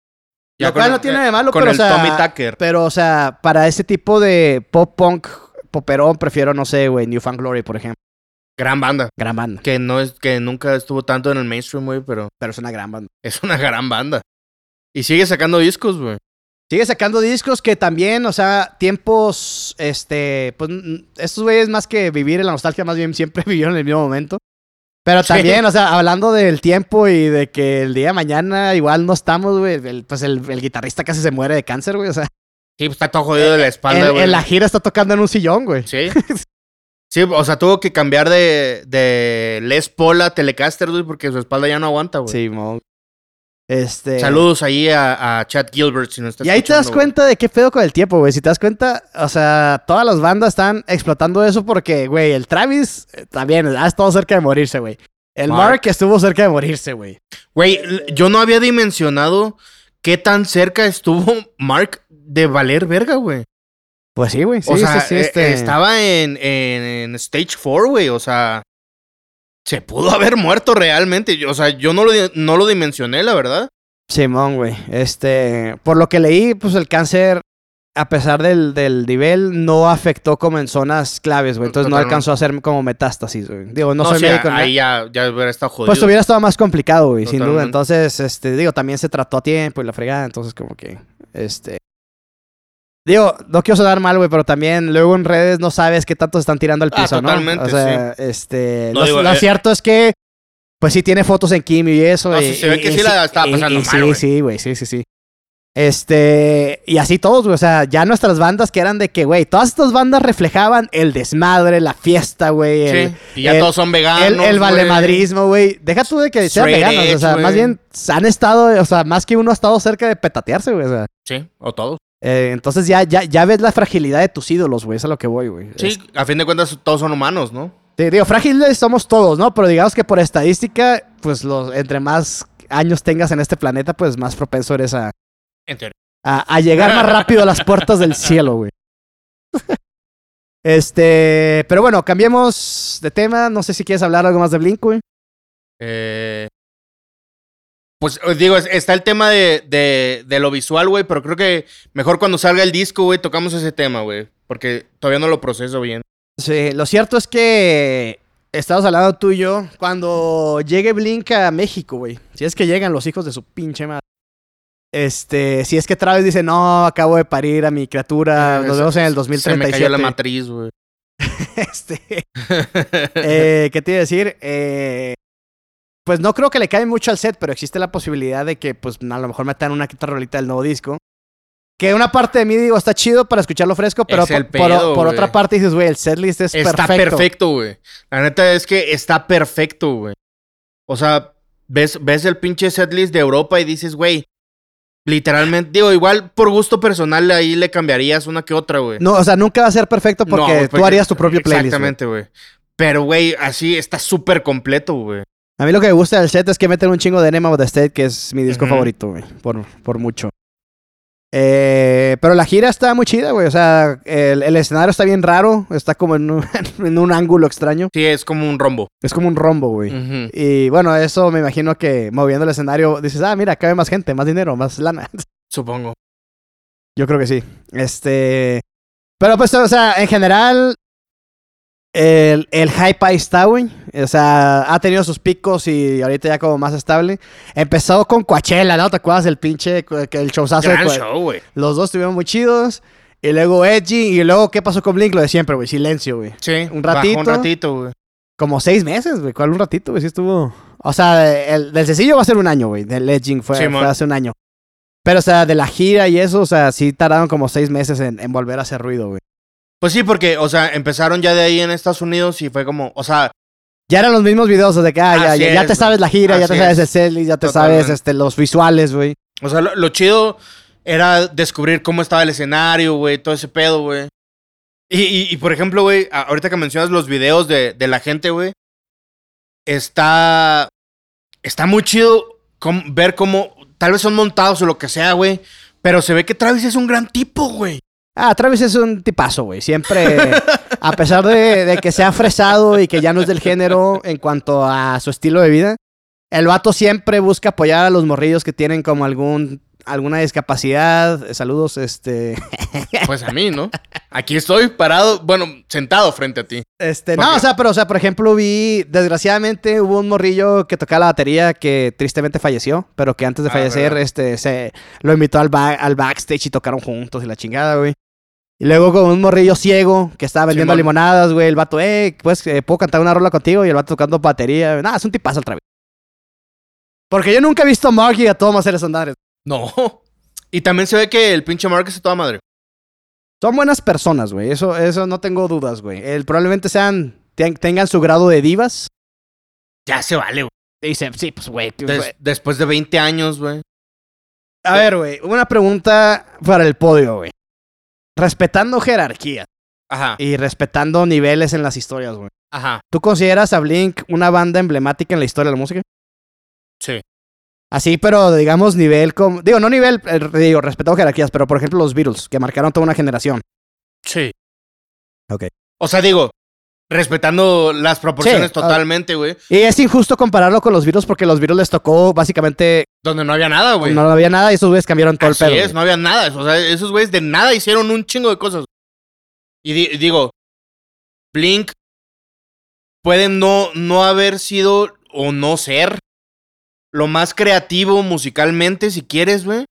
Lo cual no tiene nada de malo, con pero, o el sea, Tommy Tucker. pero, o sea, para ese tipo de pop punk poperón, prefiero, no sé, güey, New Fan Glory, por ejemplo. Gran banda. Gran banda, Que no es, que nunca estuvo tanto en el mainstream, güey, pero *laughs* pero es una gran banda. es una gran banda. Y sigue sacando discos, güey. Sigue sacando discos que también, o sea, tiempos, este, pues, mm, estos güeyes más que vivir en la nostalgia, más bien siempre *laughs* vivieron en el mismo momento. Pero Sí. también, o sea, hablando del tiempo y de que el día de mañana igual no estamos, güey, el- pues el, el guitarrista casi se muere de cáncer, güey, o sea, Sí, pues, está todo jodido Eh, de la espalda, en, güey. en la gira está tocando en un sillón, güey. *laughs* Sí. Sí, o sea, tuvo que cambiar de, de Les Paul a Telecaster, güey, porque su espalda ya no aguanta, güey. Sí, mo. Este... Saludos ahí a, a Chad Gilbert, si no estás Y ahí te das cuenta de qué pedo con el tiempo, güey. Si te das cuenta, o sea, todas las bandas están explotando eso porque, güey, el Travis eh, también ha estado cerca de morirse, güey. El Mark. Mark. estuvo cerca de morirse, güey. Güey, l- yo no había dimensionado qué tan cerca estuvo Mark de valer verga, güey. Pues sí, güey. Sí, o sea, sí, sí, eh, este- estaba en, en- en Stage 4, güey. O sea, se pudo haber muerto realmente. Yo- O sea, yo no lo, di- no lo dimensioné, la verdad. Simón, güey. Este, por lo que leí, pues el cáncer, a pesar del, del nivel, no afectó como en zonas claves, güey. Entonces no Totalmente. alcanzó a hacer como metástasis, güey. Digo, no, soy sí, médico. ¿no? Ahí ya, ya hubiera estado jodido. Pues hubiera estado más complicado, güey, sin duda. Totalmente. Entonces, este, digo, también se trató a tiempo y la fregada, entonces como que, este... Digo, no quiero sonar mal, güey, pero también luego en redes no sabes qué tanto se están tirando al Ah, piso, ¿no? totalmente, O sea, este... No, lo digo, lo eh, cierto es que, pues sí tiene fotos en Kim y eso. No, y- sí, se ve y- que y sí la estaba pasando y mal, güey. Sí, sí, güey, sí, sí, sí. Este, y así todos, güey, o sea, ya nuestras bandas que eran de que, güey, todas estas bandas reflejaban el desmadre, la fiesta, güey, el, Sí, y ya el- todos son veganos. el, el güey. valemadrismo, güey. Deja tú de que sean Ah, Straight veganos. o edge, sea, güey. más bien han estado, o sea, más que uno ha estado cerca de petatearse, güey. O sea, Sí, o todos. eh, entonces ya, ya, ya ves la fragilidad de tus ídolos, güey. Es a lo que voy, güey. Sí, Es- a fin de cuentas todos son humanos, ¿no? te digo, frágiles somos todos, ¿no? Pero digamos que por estadística, pues los, entre más años tengas en este planeta, pues más propenso eres a, En teoría. a, a llegar más rápido a las puertas del cielo, güey. *laughs* Este, pero bueno, cambiemos de tema. No sé si quieres hablar algo más de Blink, güey. Eh, Pues os digo, es- está el tema de, de- de lo visual, güey, pero creo que mejor cuando salga el disco, güey, tocamos ese tema, güey. Porque todavía no lo proceso bien. Sí, lo cierto es que estamos hablando tú y yo cuando llegue Blink a México, güey. Si es que llegan los hijos de su pinche madre. Este, si es que Travis dice, no, acabo de parir a mi criatura, Ah, Eh, nos Se- vemos en el Se 2037. me cayó la matriz, güey. *laughs* Este, eh, ¿Qué te iba a decir? Eh, pues no creo que le caiga mucho al set, pero existe la posibilidad de que, pues, a lo mejor metan una quinta rolita del nuevo disco. Que una parte de mí digo, está chido para escucharlo fresco, pero Es el por, por- pedo, por güey. otra parte dices, güey, el setlist *laughs* es Está perfecto, güey. La neta es que está perfecto, güey. O sea, ves, ves el pinche setlist de Europa y dices, güey, literalmente, digo, igual por gusto personal ahí le cambiarías una que otra, güey. *laughs* No, o sea, nunca va a ser perfecto No, porque güey, tú harías tu propio playlist. Exactamente. Exactamente, güey. Pero, güey, así está súper completo, güey. A mí lo que me gusta del set es que meten un chingo de Enema of the State, que es mi disco Ujú. favorito, güey, por, por mucho. Eh, pero la gira está muy chida, güey. O sea, el, el escenario está bien raro. Está como en un, *laughs* en un ángulo extraño. Sí, es como un rombo. Es como un rombo, güey. Ujú. Y bueno, eso me imagino que moviendo el escenario dices, ah, mira, cabe más gente, más dinero, más lana. *laughs* Supongo. Yo creo que sí. Este. Pero pues, o sea, en general. El, el hype ahí está, güey. O sea, ha tenido sus picos y ahorita ya como más estable. Empezó con Coachella, ¿no? ¿Te acuerdas del pinche que el showzazo? de Gran Coa- show, güey. Los dos estuvieron muy chidos. Y luego Edgy. Y luego, ¿qué pasó con Blink? Lo de siempre, güey. Silencio, güey. Sí, Un bajó ratito. Un ratito, güey. Como seis meses, güey. ¿Cuál un ratito, güey? Sí estuvo. O sea, el, del sencillo va a ser un año, güey. Del Edging fue, Simón. fue hace un año. Pero, o sea, de la gira y eso, o sea, sí tardaron como seis meses en, en volver a hacer ruido, güey. Pues sí, porque, o sea, empezaron ya de ahí en Estados Unidos y fue como, o sea, Ya eran los mismos videos de que, ah, ya, Así ya, ya es, te güey. sabes la gira, ya Así te sabes es. el setlist, ya te sabes Totalmente. este, los visuales, güey. o sea, lo, lo chido era descubrir cómo estaba el escenario, güey, todo ese pedo, güey. Y, y, y, por ejemplo, güey, a- ahorita que mencionas los videos de, de la gente, güey, está, está muy chido com- ver cómo, tal vez son montados o lo que sea, güey, pero se ve que Travis es un gran tipo, güey. Ah, Travis es un tipazo, güey. Siempre, a pesar de, de que se ha fresado y que ya no es del género en cuanto a su estilo de vida, el vato siempre busca apoyar a los morrillos que tienen como algún, alguna discapacidad. Eh, Saludos, este... Pues a mí, ¿no? Aquí estoy parado, bueno, sentado frente a ti. Este, ¿Por no, qué? o sea, pero, o sea, por ejemplo, vi, desgraciadamente hubo un morrillo que tocaba la batería que tristemente falleció, pero que antes de Ah, fallecer, ¿verdad? este, se lo invitó al, ba- al backstage y tocaron juntos y la chingada, güey. Y luego con un morrillo ciego que estaba vendiendo Simón. limonadas, güey, el vato, eh, pues, eh, ¿puedo cantar una rola contigo? Y el vato tocando batería. Nada, es un tipazo el Travis. Porque yo nunca he visto a Mark y a todos más seres andares. No. Y también se ve que el pinche Mark es a toda madre. Son buenas personas, güey. Eso, eso no tengo dudas, güey. El- Probablemente sean, ten- tengan su grado de divas. Ya se vale, güey. Y Dicen, sí, pues, güey. pues, Des- güey". después de 20 años, güey. A ver, güey, una pregunta para el podio, güey. Respetando jerarquías Ajá. y respetando niveles en las historias, güey. Ajá. ¿Tú consideras a Blink una banda emblemática en la historia de la música? Sí. Así, pero digamos nivel como... Digo, no nivel, eh, digo, respetando jerarquías, pero por ejemplo los Beatles, que marcaron toda una generación. Sí. Ok. O sea, digo, respetando las proporciones Sí, ah. totalmente, güey. Y es injusto compararlo con los Beatles porque los Beatles les tocó básicamente... Donde no había nada, güey. No había nada y esos güeyes cambiaron todo Así el pedo. es, güey. no había nada. O sea, esos güeyes de nada hicieron un chingo de cosas. Y di- digo, Blink puede no, no haber sido o no ser lo más creativo musicalmente, si quieres, güey.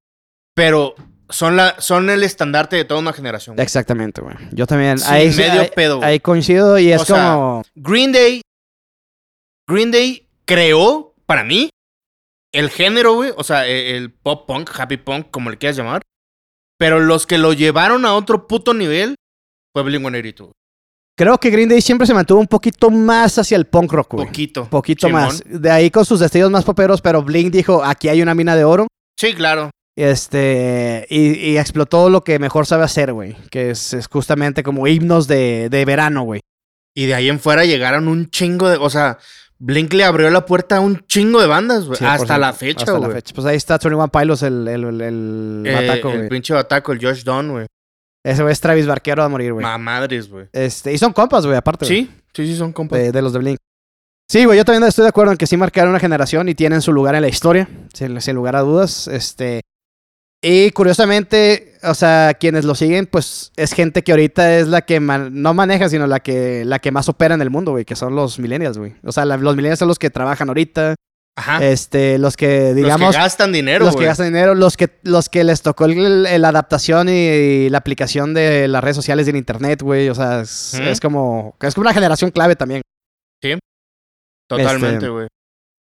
Pero son, la, son el estandarte de toda una generación. güey. Exactamente, güey. Yo también... Sin Ahí, sí- medio ahí- pedo. güey. ahí coincido y es O sea, como... Green Day. Green Day creó, para mí, el género, güey. O sea, e- el, pop punk, happy punk, como le quieras llamar. Pero los que lo llevaron a otro puto nivel fue Blink-182. güey. Creo que Green Day siempre se mantuvo un poquito más hacia el punk rock, güey. Poquito. poquito Simón. más. De ahí con sus destellos más poperos, pero Blink dijo, aquí hay una mina de oro. Sí, claro. Este, y, y explotó lo que mejor sabe hacer, güey. Que es, es justamente como himnos de, de verano, güey. Y de ahí en fuera llegaron un chingo de... O sea, Blink le abrió la puerta a un chingo de bandas, güey. 100%, Pues, Hasta la fecha, hasta la güey. fecha. Pues ahí está 21 Pilots, el, el, el, el Eh, bataco, el güey. pinche bataco, el Josh Dunn, güey. Ese güey es Travis Barquero a morir, güey. Mamadres, güey. Este, y son compas, güey, aparte. güey, Sí, sí, sí, son compas. De, de los de Blink. Sí, güey, yo también estoy de acuerdo en que sí marcaron una generación y tienen su lugar en la historia, sin, sin lugar a dudas. Este, y curiosamente, o sea, quienes lo siguen, pues es gente que ahorita es la que man- no maneja, sino la que, la que más opera en el mundo, güey, que son los millennials, güey. O sea, la- los millennials son los que trabajan ahorita, Ajá. este, los que, Ah. los digamos, que gastan dinero, los que güey. gastan dinero, los que, los que les tocó el- el- la adaptación y, la aplicación de las redes sociales y el internet, güey. O sea, es, Ujú. es como, es como una generación clave también. Totalmente, este, güey.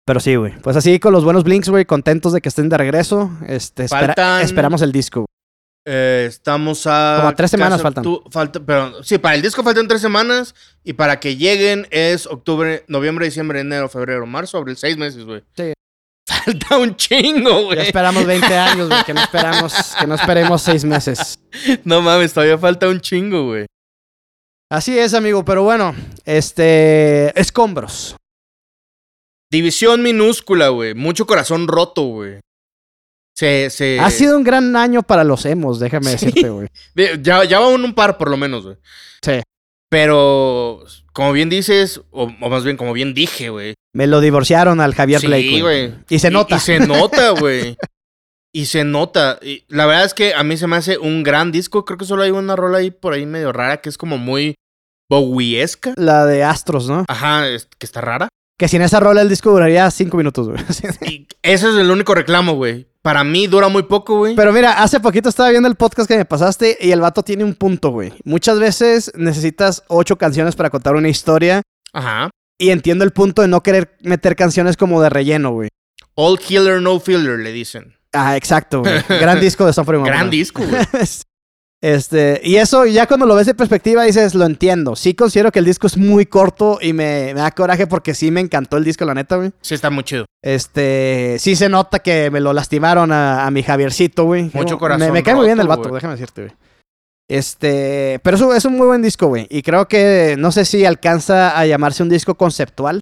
Pero sí, güey. Pues así con los buenos blinks, güey, contentos de que estén de regreso. Este, espera- Faltan- esperamos el disco. güey. Eh, estamos a. Como a tres semanas casi faltan. octu- falta- pero, sí, para el disco faltan tres semanas. Y para que lleguen es octubre, noviembre, diciembre, enero, febrero, marzo, abril, seis meses, güey. Sí. *laughs* Falta un chingo, Ya güey. esperamos 20 años, güey, que no esperamos, que no esperemos 6 meses. No mames, todavía falta un chingo, güey. Así es, amigo, pero bueno, este, escombros. División minúscula, güey. Mucho corazón roto, güey. Se, se. Ha sido un gran año para los emos, déjame Sí. decirte, güey. de- ya, ya va un, un par, por lo menos, güey. Sí. Pero, como bien dices, o, o más bien, como bien dije, güey. Me lo divorciaron al Javier Blake, Sí, güey. güey. Y se Y- nota. Y, se nota, güey. y se nota. Y la verdad es que a mí se me hace un gran disco. Creo que solo hay una rola ahí por ahí medio rara que es como muy bowiesca. La de Astros, ¿no? Ajá, es- que está *laughs* rara. Que sin esa rola el disco duraría 5 minutos, güey. Sí. Y ese es el único reclamo, güey. Para mí dura muy poco, güey. Pero mira, hace poquito estaba viendo el podcast que me pasaste y el vato tiene un punto, güey. Muchas veces necesitas 8 canciones para contar una historia Ajá. y entiendo el punto de no querer meter canciones como de relleno, güey. All killer, no filler, le dicen. Ah, *laughs* exacto, güey. Gran disco de Son Primo. Gran disco, *laughs* güey. Este, y eso, ya cuando lo ves de perspectiva, dices, lo entiendo. Sí considero que el disco es muy corto y me, me da coraje porque sí me encantó el disco, la neta, güey. Sí, está muy chido. Este, sí se nota que me lo lastimaron a, a mi Javiercito, güey. Mucho Me- corazón Me, cae muy bien el roto, vato, güey. déjame decirte, güey. Este, pero eso es un muy buen disco, güey. Y creo que, no sé si alcanza a llamarse un disco conceptual,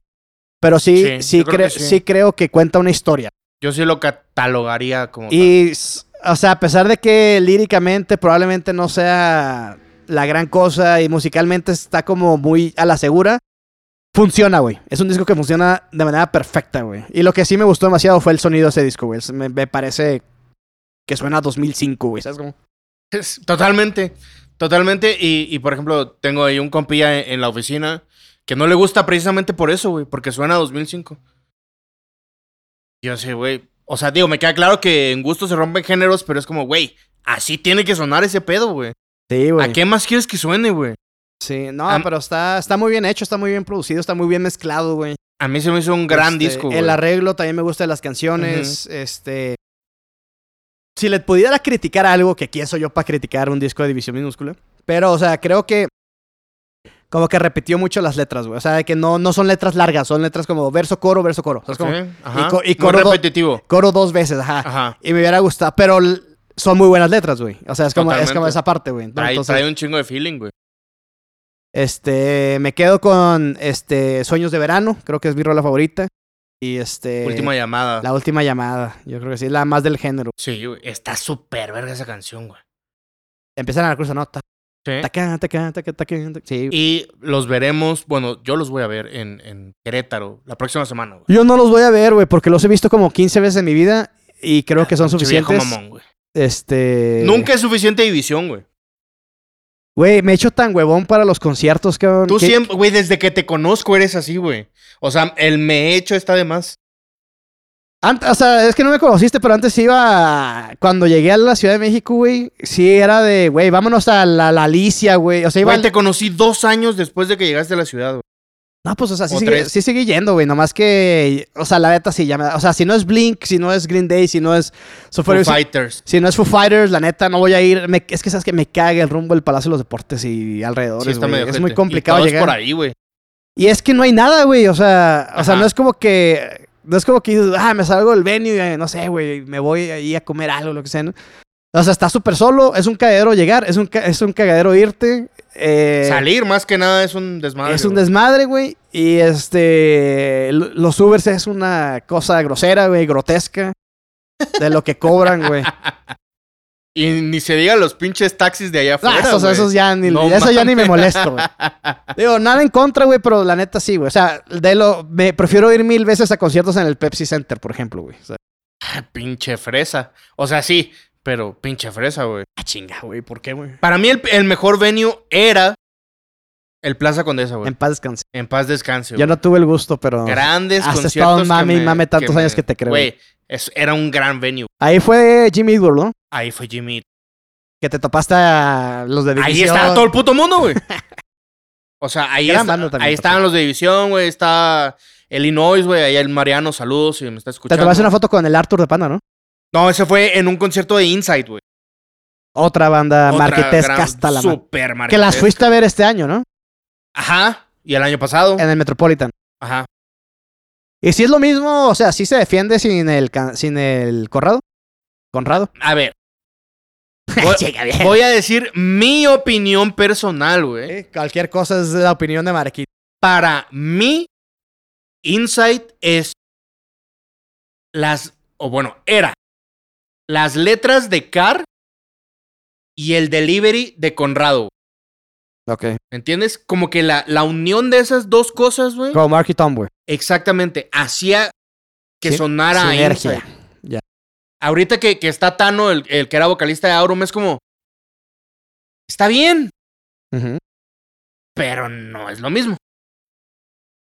pero sí, sí, Sí, yo creo cre- que sí. sí creo que cuenta una historia. Yo sí lo catalogaría como. tal. Y, s- o sea, a pesar de que líricamente probablemente no sea la gran cosa y musicalmente está como muy a la segura, funciona, güey. Es un disco que funciona de manera perfecta, güey. Y lo que sí me gustó demasiado fue el sonido de ese disco, güey. Es- Me, me parece que suena a 2005, güey. ¿Sabes cómo? Es- Totalmente, totalmente. Y, y, por ejemplo, tengo ahí un compilla en, en la oficina que no le gusta precisamente por eso, güey, porque suena a 2005. Yo sé, güey. O sea, digo, me queda claro que en gusto se rompen géneros, pero es como, güey, así tiene que sonar ese pedo, güey. Sí, ¿A qué más quieres que suene, güey? Sí, no, Am- pero está, está muy bien hecho, está muy bien producido, está muy bien mezclado, güey. A mí se me hizo un gran Este, disco, güey. El arreglo también me gusta de las canciones. Este. Si le pudiera criticar algo, que quién soy yo para criticar un disco de división minúscula. Pero, o sea, creo que. Como que repitió mucho las letras, güey. O sea, de que no, no son letras largas, son letras como verso, coro, verso, coro. O sea, es Sí, como ajá. co- y Muy Ah, coro do- repetitivo. coro dos veces, ajá. Ajá. Y me hubiera gustado. Pero l- son muy buenas letras, güey. O sea, es como, es como Totalmente. esa parte, güey. Trae, Entonces, trae un chingo de feeling, güey. este. Me quedo con este. Sueños de verano. Creo que es mi rola favorita. Y este. Última llamada. La última llamada, yo creo que sí, la más del género. Sí, güey. Está súper verga esa canción, güey. Empiezan a la cruz, no, ta- Sí. taca, taca, taca, taca, taca. Sí. Y los veremos, bueno, yo los voy a ver en, en Querétaro la próxima semana, güey. Yo no los voy a ver, güey, porque los he visto como 15 veces en mi vida y creo que son Pinche viejo suficientes. mamón, güey. Este. Nunca es suficiente división, güey. Güey, me he hecho tan huevón para los conciertos, cabrón. Tú que- siempre, güey, desde que te conozco eres así, güey. O sea, el me hecho está de más. Ant- o sea, es que no me conociste, pero antes iba. Cuando llegué a la Ciudad de México, güey, sí era de, güey, vámonos a la, la Alicia, güey. O sea, iba. Güey, te conocí dos años después de que llegaste a la ciudad, güey. No, pues, o sea, sí O sigue, tres. sí sigue yendo, güey. Nomás que. O sea, la neta sí llama. O sea, si no es Blink, si no es Green Day, si no es. Foo Foo Fighters, si- Fighters. Si no es Foo Fighters, la neta, no voy a ir. Me- es que sabes que me caga el rumbo del Palacio de los Deportes y alrededores. Sí, está güey. medio es ojete. muy Y complicado todo es llegar. por ahí, güey. Y es que no hay nada, güey. O sea, o sea, Ajá. no es como que. No es como que dices, ah, me salgo del venue, eh, no sé, güey, me voy ahí a comer algo, lo que sea, ¿no? O sea, está súper solo, es un cagadero llegar, es un, ca- es un cagadero irte. eh, Salir más que nada es un desmadre. es un güey. desmadre, güey. Y este. lo- Los Ubers es una cosa grosera, güey, grotesca. De lo que cobran, güey. Y ni se diga los pinches taxis de allá Ah, afuera. esos, güey. esos ya ni, No eso ya ni me *laughs* molesto, güey. Digo, nada en contra, güey, pero la neta sí, güey. O sea, de lo, me prefiero ir mil veces a conciertos en el Pepsi Center, por ejemplo, güey. O sea, Ah, pinche fresa. O sea, sí, pero pinche fresa, güey. ah, chinga, güey, ¿por qué, güey? Para mí el, el mejor venue era el Plaza Condesa, güey. En En, paz descanse. paz descanse, Yo güey. no tuve el gusto, pero Grandes Has conciertos. estado que mame y me- mame tantos años que te creo, Güey, es- era un gran venue. ahí fue Jimmy Eat World, ¿no? Ahí fue Jimmy. Que te topaste a los de Ahí División. estaba todo el puto mundo, güey. O sea, ahí, Gran está- banda también, ahí por estaban los de División, güey. Está Illinois, güey. Ahí el Mariano, saludos si me está Te escuchando. tomaste una foto con el Arthur de Pana, ¿no? No, ese fue en un concierto de Insight, güey. Otra banda Otra gran- marquetesca hasta la madre. Super Que las marquetesca. fuiste a ver este año, ¿no? Ajá. Y el año pasado. En el Metropolitan. Ajá. Y si es lo mismo, o sea, sí se defiende sin el, can- sin el Corrado. Conrado. A *laughs* ver. Voy, Chica, bien. *laughs* voy a decir mi opinión personal, güey. Eh, Cualquier cosa es la opinión de Marquito. Para mí, Insight es las, o bueno, era las letras de Car y el delivery de Conrado. Ok. ¿Me entiendes? Como que la, la unión de esas dos cosas, güey. Como Mark y Tom, güey. Exactamente. Hacía que Sí, sonara a Insight. Sinergia. Ahorita que, que está Tano, el, el que era vocalista de Aurum, es como. Está bien, Ujú. pero no es lo mismo.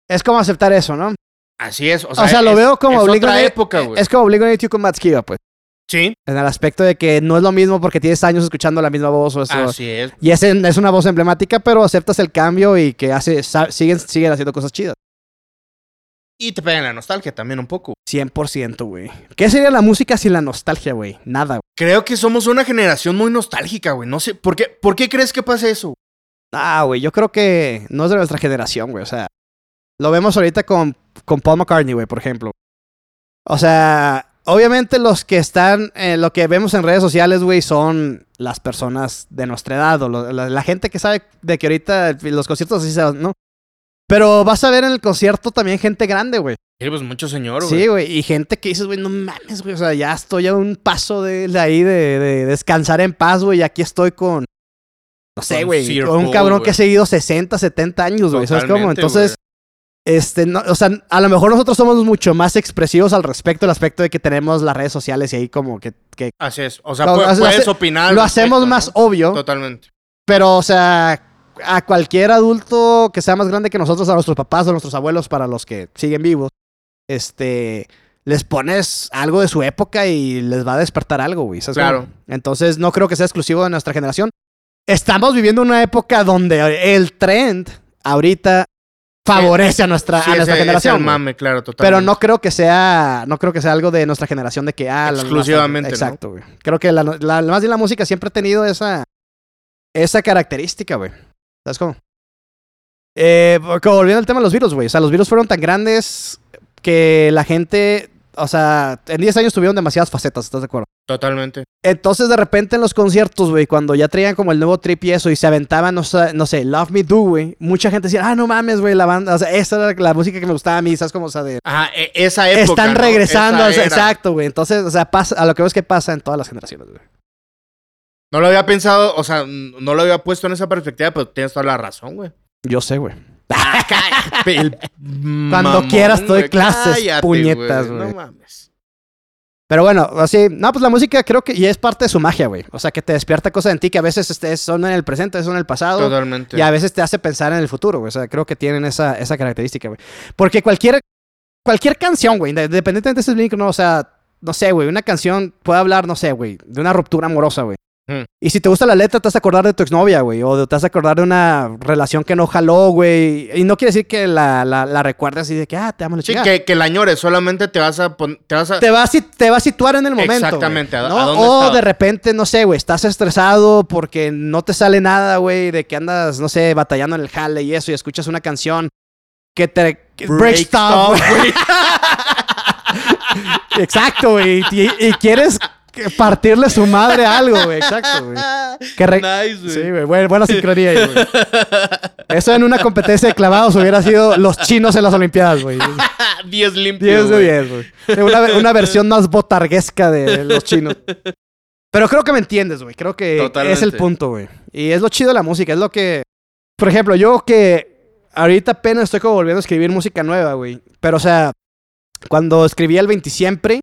Es como aceptar eso, ¿no? Así es. O O sea, sea, lo es- veo como es obligo otra de- época, güey. Es como Obligo con Matt Skiba, pues. Sí, En el aspecto de que no es lo mismo porque tienes años escuchando la misma voz o eso. así es. Y es, en- es una voz emblemática, pero aceptas el cambio y que hace, sa- siguen, siguen haciendo cosas chidas. Y te pegan la nostalgia también un poco. 100%, güey. ¿Qué sería la música sin la nostalgia, güey? Nada, güey. Creo que somos una generación muy nostálgica, güey. No sé, ¿por qué, ¿por qué crees que pasa eso? Ah, güey, yo creo que no es de nuestra generación, güey. O sea, lo vemos ahorita con, con Paul McCartney, güey, por ejemplo. O sea, obviamente los que están, eh, lo que vemos en redes sociales, güey, son las personas de nuestra edad o lo- la, la gente que sabe de que ahorita los conciertos así se van, ¿no? Pero vas a ver en el concierto también gente grande, güey. Sí, pues mucho señor, güey. Sí, güey. Y gente que dices, güey, no mames, güey. O sea, ya estoy a un paso de, de ahí de, de descansar en paz, güey. Y aquí estoy con. No sé, Con güey. Sir Con un Paul, cabrón que güey. ha seguido 60, 70 años, güey. ¿Sabes cómo? Totalmente, Entonces. Este, no, o sea, a lo mejor nosotros somos mucho más expresivos al respecto, el aspecto de que tenemos las redes sociales y ahí como que, que Así es. O sea, Lo- pu- lo hace- puedes opinar. al lo hacemos respecto, más ¿no? obvio, Totalmente. pero o sea, a cualquier adulto que sea más grande que nosotros, a nuestros papás o nuestros abuelos, para los que siguen vivos, este, les pones algo de su época y les va a despertar algo, güey. ¿sabes Claro. cómo? Entonces, no creo que sea exclusivo de nuestra generación. Estamos viviendo una época donde el trend ahorita favorece a nuestra, Sí, a nuestra ese- generación. ese güey. mame, claro, totalmente. Pero no creo que sea, no creo que sea algo de nuestra generación de que ah, la- la- Exclusivamente, ¿no? exacto, güey. Creo que la, la- más bien la música siempre ha tenido esa, esa característica, güey. ¿Sabes cómo? Eh, como volviendo al tema de los virus, güey. O sea, los virus fueron tan grandes que la gente, o sea, en 10 años tuvieron demasiadas facetas, ¿estás de acuerdo? Totalmente. Entonces, de repente en los conciertos, güey, cuando ya traían como el nuevo trip y eso, y se aventaban, no, sé- no sé, Love Me Do, güey, mucha gente decía, ah, no mames, güey, la banda, o sea, esa era la música que me gustaba a mí, ¿sabes cómo? O sea, de, Ajá, e- esa época. están ¿no? regresando. Esa o sea, era. exacto, güey. Entonces, o sea, pasa, a lo que veo es que pasa en todas las generaciones, güey. No lo había pensado, o sea, n- no lo había puesto en esa perspectiva, pero tienes toda la razón, *laughs* güey. Yo sé, güey. Cuando Cuando quieras doy clases, puñetas, güey. No mames. Pero bueno, así, no, pues la música creo que y es parte de su magia, güey. O sea, que te despierta cosas en ti que a veces este, son en el presente, son en el pasado. Totalmente. Y a veces te hace pensar en el futuro, güey. O sea, creo que tienen esa, esa característica, güey. Porque cualquier, cualquier canción, güey, inde- independientemente si es link o no, o sea, no sé, güey, una canción puede hablar, no sé, güey, de una ruptura amorosa, güey. Mm. Y si te gusta la letra, te vas a acordar de tu exnovia, güey. O de- te vas a acordar de una relación que no jaló, güey. Y no quiere decir que la, la, la recuerdes así de que, ah, te amo la Sí, chingada. que, que la añores, solamente te vas a pon- te vas a Te va, a, si- te va a situar en el momento. güey, Exactamente, ¿a- ¿no? a dónde o estabas? de repente, no sé, güey, estás estresado porque no te sale nada, güey, de que andas, no sé, batallando en el jale y eso, y escuchas una canción que te. que- break, stop, *laughs* güey. güey. Exacto, güey. Y, y quieres que- partirle su madre a algo, güey. Exacto, güey. Que re- Ah, nice, güey. Sí, güey, buen- buena sincronía ahí, *laughs* güey. Eso en una competencia de clavados hubiera sido los chinos en las Olimpiadas, güey. 10 limpios. 10 de Ah, güey. 10, güey. Una, una versión más botarguesca de los chinos. Pero creo que me entiendes, güey. Creo que Totalmente. es el punto, güey. Y es lo chido de la música. Es lo que. Por ejemplo, yo que ahorita apenas estoy como volviendo a escribir música nueva, güey. Pero, o sea, cuando escribía el 20 siempre.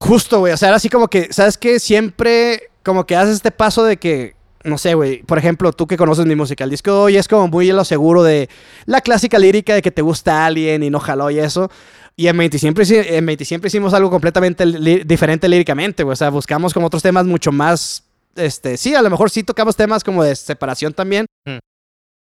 Justo, güey. O sea, era así como que, ¿sabes qué? Siempre como que haces este paso de que. No sé, güey. Por ejemplo, tú que conoces mi música, el disco de hoy es como muy a lo seguro de la clásica lírica de que te gusta alguien y no jaló y eso. Y en 20 siempre, hici- en 20 siempre hicimos algo completamente lí- diferente líricamente, güey. O sea, buscamos como otros temas mucho más. Este, sí, a lo mejor sí tocamos temas como de separación también. Mm.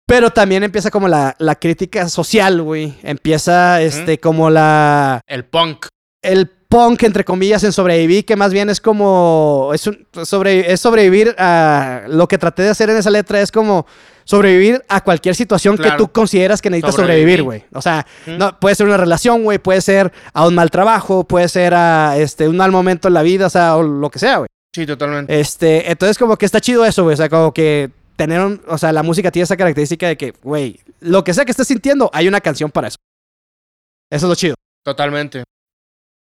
Pero también empieza como la, la crítica social, güey. Empieza este, como la El punk. el punk, entre comillas, en sobrevivir, que más bien es como. Es, un- sobre, es sobrevivir a. Lo que traté de hacer en esa letra es como sobrevivir a cualquier situación Claro. que tú consideras que necesitas Sobrevivir. sobrevivir, güey. O sea, Ujú. no, puede ser una relación, güey, puede ser a un mal trabajo, puede ser a este, un mal momento en la vida, o sea, o lo que sea, güey. Sí, totalmente. Este, entonces, como que está chido eso, güey. O sea, como que tener un. O sea, la música tiene esa característica de que, güey, lo que sea que estés sintiendo, hay una canción para eso. Eso es lo chido. Totalmente.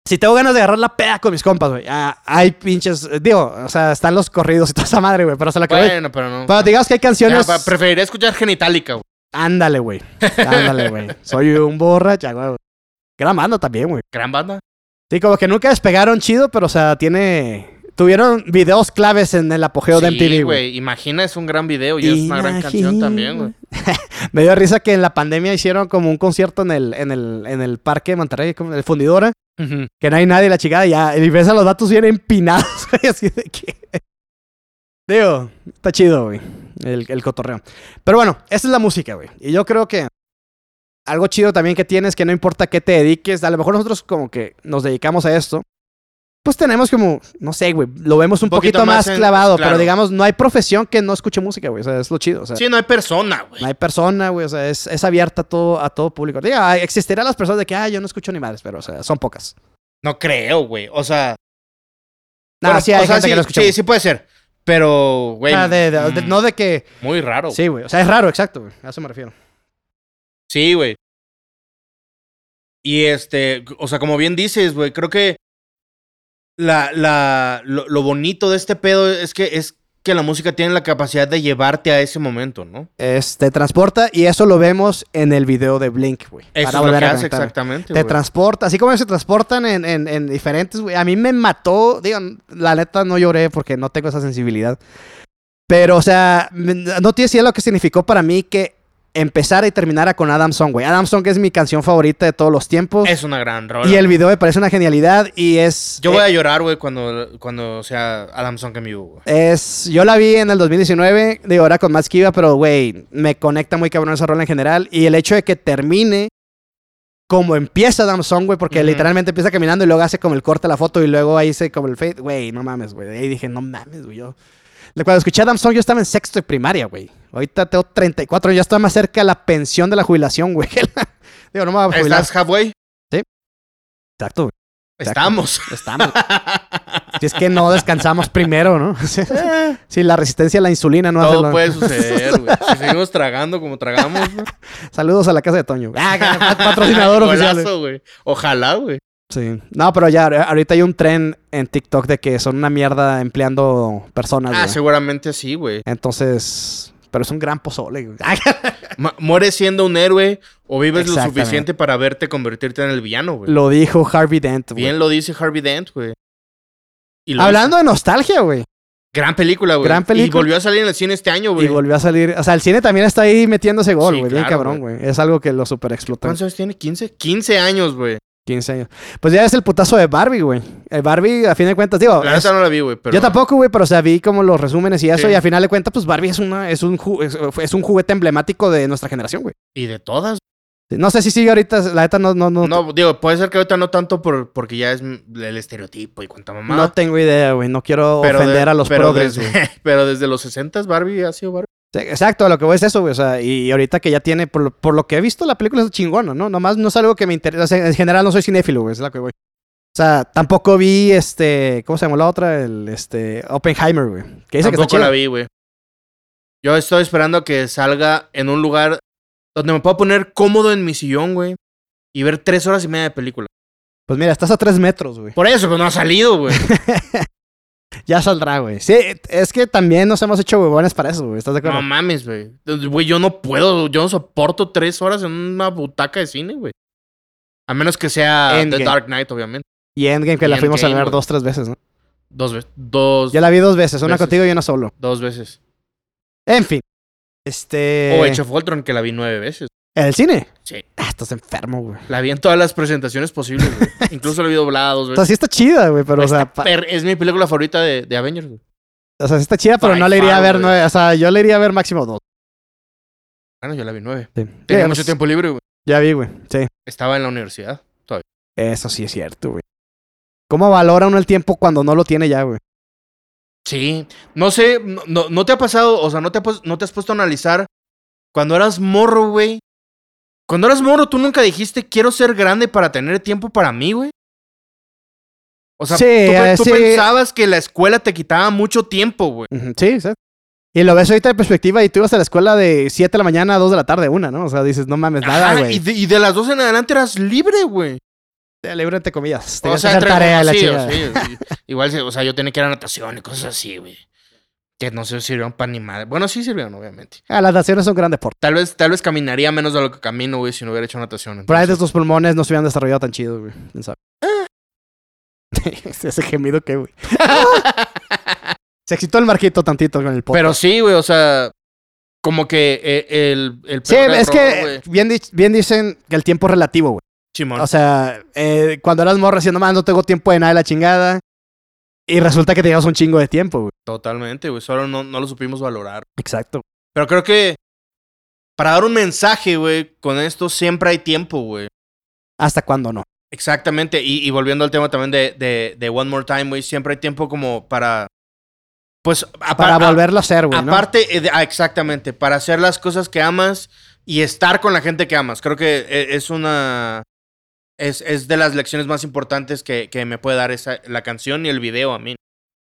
Si tengo ganas de agarrar la peda con mis compas, güey. ah, hay pinches. eh, Digo, o sea, están los corridos y toda esa madre, güey. Pero se la que voy. Bueno, pero no. Pero digamos que hay Ya, canciones. pa- preferiría escuchar Genitalica, güey. Ándale, güey. Ándale, güey. Soy un borracha, güey. Gran banda también, güey. Gran banda. Sí, como que nunca despegaron chido, pero o sea, tiene. Tuvieron videos claves en el apogeo de MTV, güey. Imagina es un gran video y es una gran canción también, güey. *laughs* Me dio risa que en la pandemia hicieron como un concierto en el, en el, en el parque de Monterrey, como en el fundidora. Ujú. Que no hay nadie, la chingada, ya. Y ves a los datos bien empinados, *laughs* güey, así de que. Digo, está chido, güey. El, el cotorreo. Pero bueno, esa es la música, güey. Y yo creo que algo chido también que tienes, que no importa qué te dediques, a lo mejor nosotros como que nos dedicamos a esto. Pues tenemos como, no sé, güey, lo vemos un poquito, poquito más más, en- clavado, claro. pero digamos, no hay profesión que no escuche música, güey. O sea, es lo chido. O *laughs* sea, Sí, no hay persona, güey. no hay persona, güey. O sea, es, es abierta a todo, a todo público. Diga, hay- existirán las personas de que, ah, yo no escucho ni madres, pero, o sea, son pocas. No creo, güey. O sea. No, bueno, sí hay o sea, gente sí, que lo escucha. Sí, sí puede ser. Pero, güey. Ah, de- de- de- mm, no de que. Muy raro. güey. Sí, güey. O sea, es raro, exacto, güey. A eso me refiero. Sí, güey. Y este, o sea, como bien dices, güey, creo que la, la, lo, lo bonito de este pedo es que es que la música tiene la capacidad de llevarte a ese momento, ¿no? Este transporta y eso lo vemos en el video de Blink, güey. Eso Para es lo volver que a hace conectar, güey. exactamente, Te güey. transporta, así como se transportan en, en- en diferentes, güey. A mí me mató, digo, la neta no lloré porque no tengo esa sensibilidad. Pero, o sea, me- no tienes idea lo que significó para mí que empezara y terminara con Adam Song, güey. Adam Song es mi canción favorita de todos los tiempos. Es una gran rola. y el video me parece una genialidad y es... Yo voy a llorar, güey, cuando, cuando sea Adam Song en vivo, güey. Es, yo la vi en el 2019, digo, ahora con más Kiva, pero güey, me conecta muy cabrón esa rola en general. Y el hecho de que termine como empieza Adam Song, güey, porque Ujú. literalmente empieza caminando y luego hace como el corte a la foto y luego ahí se como el fade. Güey, no mames, güey. Ahí dije, no mames, güey. Yo... Cuando escuché a Adam Song, yo estaba en sexto de primaria, güey. Ahorita tengo 34, ya estoy más cerca de la pensión de la jubilación, güey. que la- digo, no me voy a jubilar. ¿Estás halfway? Exacto, güey. Exacto. *laughs* Estamos. *laughs* Estamos. si es que no descansamos primero, ¿no? *laughs* si la resistencia a la insulina Eh, no hace Todo lo- puede suceder, *laughs* güey. Si seguimos tragando como tragamos, güey. Saludos a la casa de Toño. Ah, *laughs* que- pat- patrocinador oficial. Golazo, güey. Ojalá, güey. Sí. No, pero ya, ahor- ahorita hay un tren en TikTok de que son una mierda empleando personas. Ah, güey. seguramente sí, güey. Entonces, pero es un gran pozole. güey. Ah, Ma- ¿Mueres siendo un héroe o vives lo Exactamente. suficiente para verte convertirte en el villano, güey? Lo dijo Harvey Dent, güey. Bien lo dice Harvey Dent, güey. Y lo Hablando de nostalgia, güey. hizo. Gran película, güey. Gran Y película. volvió a salir en el cine este año, Y güey. volvió a salir. O sea, el cine también está ahí metiéndose gol, Sí, güey. bien claro, cabrón, güey. Es algo que lo super explotó. ¿Cuántos años tiene? ¿15? 15 años, güey. 15 años. Pues ya es el putazo de Barbie, güey. El Barbie, a fin de cuentas, digo. La es- neta no la vi, güey. pero- Yo tampoco, güey, pero o sea, vi como los resúmenes y eso, Sí. y al final de cuentas, pues Barbie es, una, es, un, ju- es, es un juguete emblemático de nuestra generación, güey. Y de todas. No sé si sigue ahorita, la neta no, no, no, no, No, digo, puede ser que ahorita no tanto por, porque ya es el estereotipo y cuánta mamá. tengo idea, güey. No quiero de- ofender a los pero progres, güey. desde, *laughs* pero desde los 60 Barbie ha sido Barbie. Sí, Exacto, a lo que voy es eso, güey. O sea, y ahorita que ya tiene, por lo, por lo que he visto, la película es chingona, ¿no? Nomás no es algo que me interesa. o sea, en general no soy cinéfilo, güey. Es la que voy. O sea, tampoco vi este. ¿Cómo se llamó la otra? El este. Oppenheimer, güey. Que dice que está Tampoco la chida. vi, güey. Yo estoy esperando que salga en un lugar donde me pueda poner cómodo en mi sillón, güey. Y ver tres horas y media de película. Pues mira, estás a tres metros, güey. Por eso, pues no ha salido, güey. Ya saldrá, güey. Sí, es que también nos hemos hecho huevones para eso, güey. ¿Estás de acuerdo? *laughs* No mames, güey. Güey, yo no puedo, yo no soporto tres horas en una butaca de cine, güey. A menos que sea Endgame. The Dark Knight, obviamente. y Endgame, que y la fuimos a Endgame, ver güey. dos, tres veces, ¿no? Dos veces. Dos, Yo la vi dos veces, una Veces. contigo y una solo. dos veces. En fin. Este. O Age of Ultron, que la vi nueve veces. ¿En el cine? Sí. Ah, estás enfermo, güey. La vi en todas las presentaciones posibles, *laughs* güey. Incluso la vi doblada dos O veces. sea, sí está chida, güey, pero, o sea, pa- Per- es mi película favorita de, de Avengers, güey. o sea, sí está chida, pero by no le iría a far, ver, güey. nueve- o sea, yo le iría a ver máximo dos. Bueno, yo la vi nueve. Sí. Tenía Ya, mucho pues, tiempo libre, güey. Ya vi, güey. Sí. Estaba en la universidad. Eso sí es cierto, güey. ¿Cómo valora uno el tiempo cuando no lo tiene ya, güey? Sí, no sé, no, no- no te ha pasado, o sea, no te, ha pos- no te has puesto a analizar cuando eras morro, güey. Cuando eras morro, tú nunca dijiste, quiero ser grande para tener tiempo para mí, güey. O sea, Sí, tú, pe- eh, tú sí. pensabas que la escuela te quitaba mucho tiempo, güey. Ujú, Sí, sí. Y lo ves ahorita de perspectiva y tú ibas a la escuela de 7 de la mañana a 2 de la tarde, una, ¿no? O sea, dices, no mames, nada, Ajá, y, güey. de, y de las dos en adelante eras libre, güey. Te libro entre comillas. O Tenías que sea, hacer entre- tarea, la sí, chingada. sí, sí. *laughs* Igual, sí, o sea, yo tenía que ir a natación y cosas así, güey. Que no se sirvieron para ni madre. Bueno, sí sirvieron, obviamente. Ah, las naciones son un gran deporte. Tal vez, tal vez caminaría menos de lo que camino, güey, si no hubiera hecho natación. Probablemente entonces. tus pulmones no se hubieran desarrollado tan chido, güey. ¿Quién sabe? Ah. *laughs* Ese gemido que, güey. *laughs* se excitó el marquito tantito con el podcast. Pero sí, güey, o sea, como que eh, el, el Sí, peor es error, que güey. bien, dich- bien dicen que el tiempo es relativo, güey. Simón. O sea, eh, cuando eras morro haciendo más, no tengo tiempo de nada de la chingada. Y resulta que tenías un chingo de tiempo, güey. Totalmente, güey. Solo no, no lo supimos valorar. Exacto. Pero creo que para dar un mensaje, güey, con esto siempre hay tiempo, güey. ¿Hasta cuándo no? Exactamente. Y, y volviendo al tema también de, de, de One More Time, güey, siempre hay tiempo como para. Pues a- Para a- volverlo a hacer, güey. ¿no? Aparte, eh, de- ah, exactamente, para hacer las cosas que amas y estar con la gente que amas. Creo que eh, es una. Es, es de las lecciones más importantes que, que me puede dar esa, la canción y el video a mí.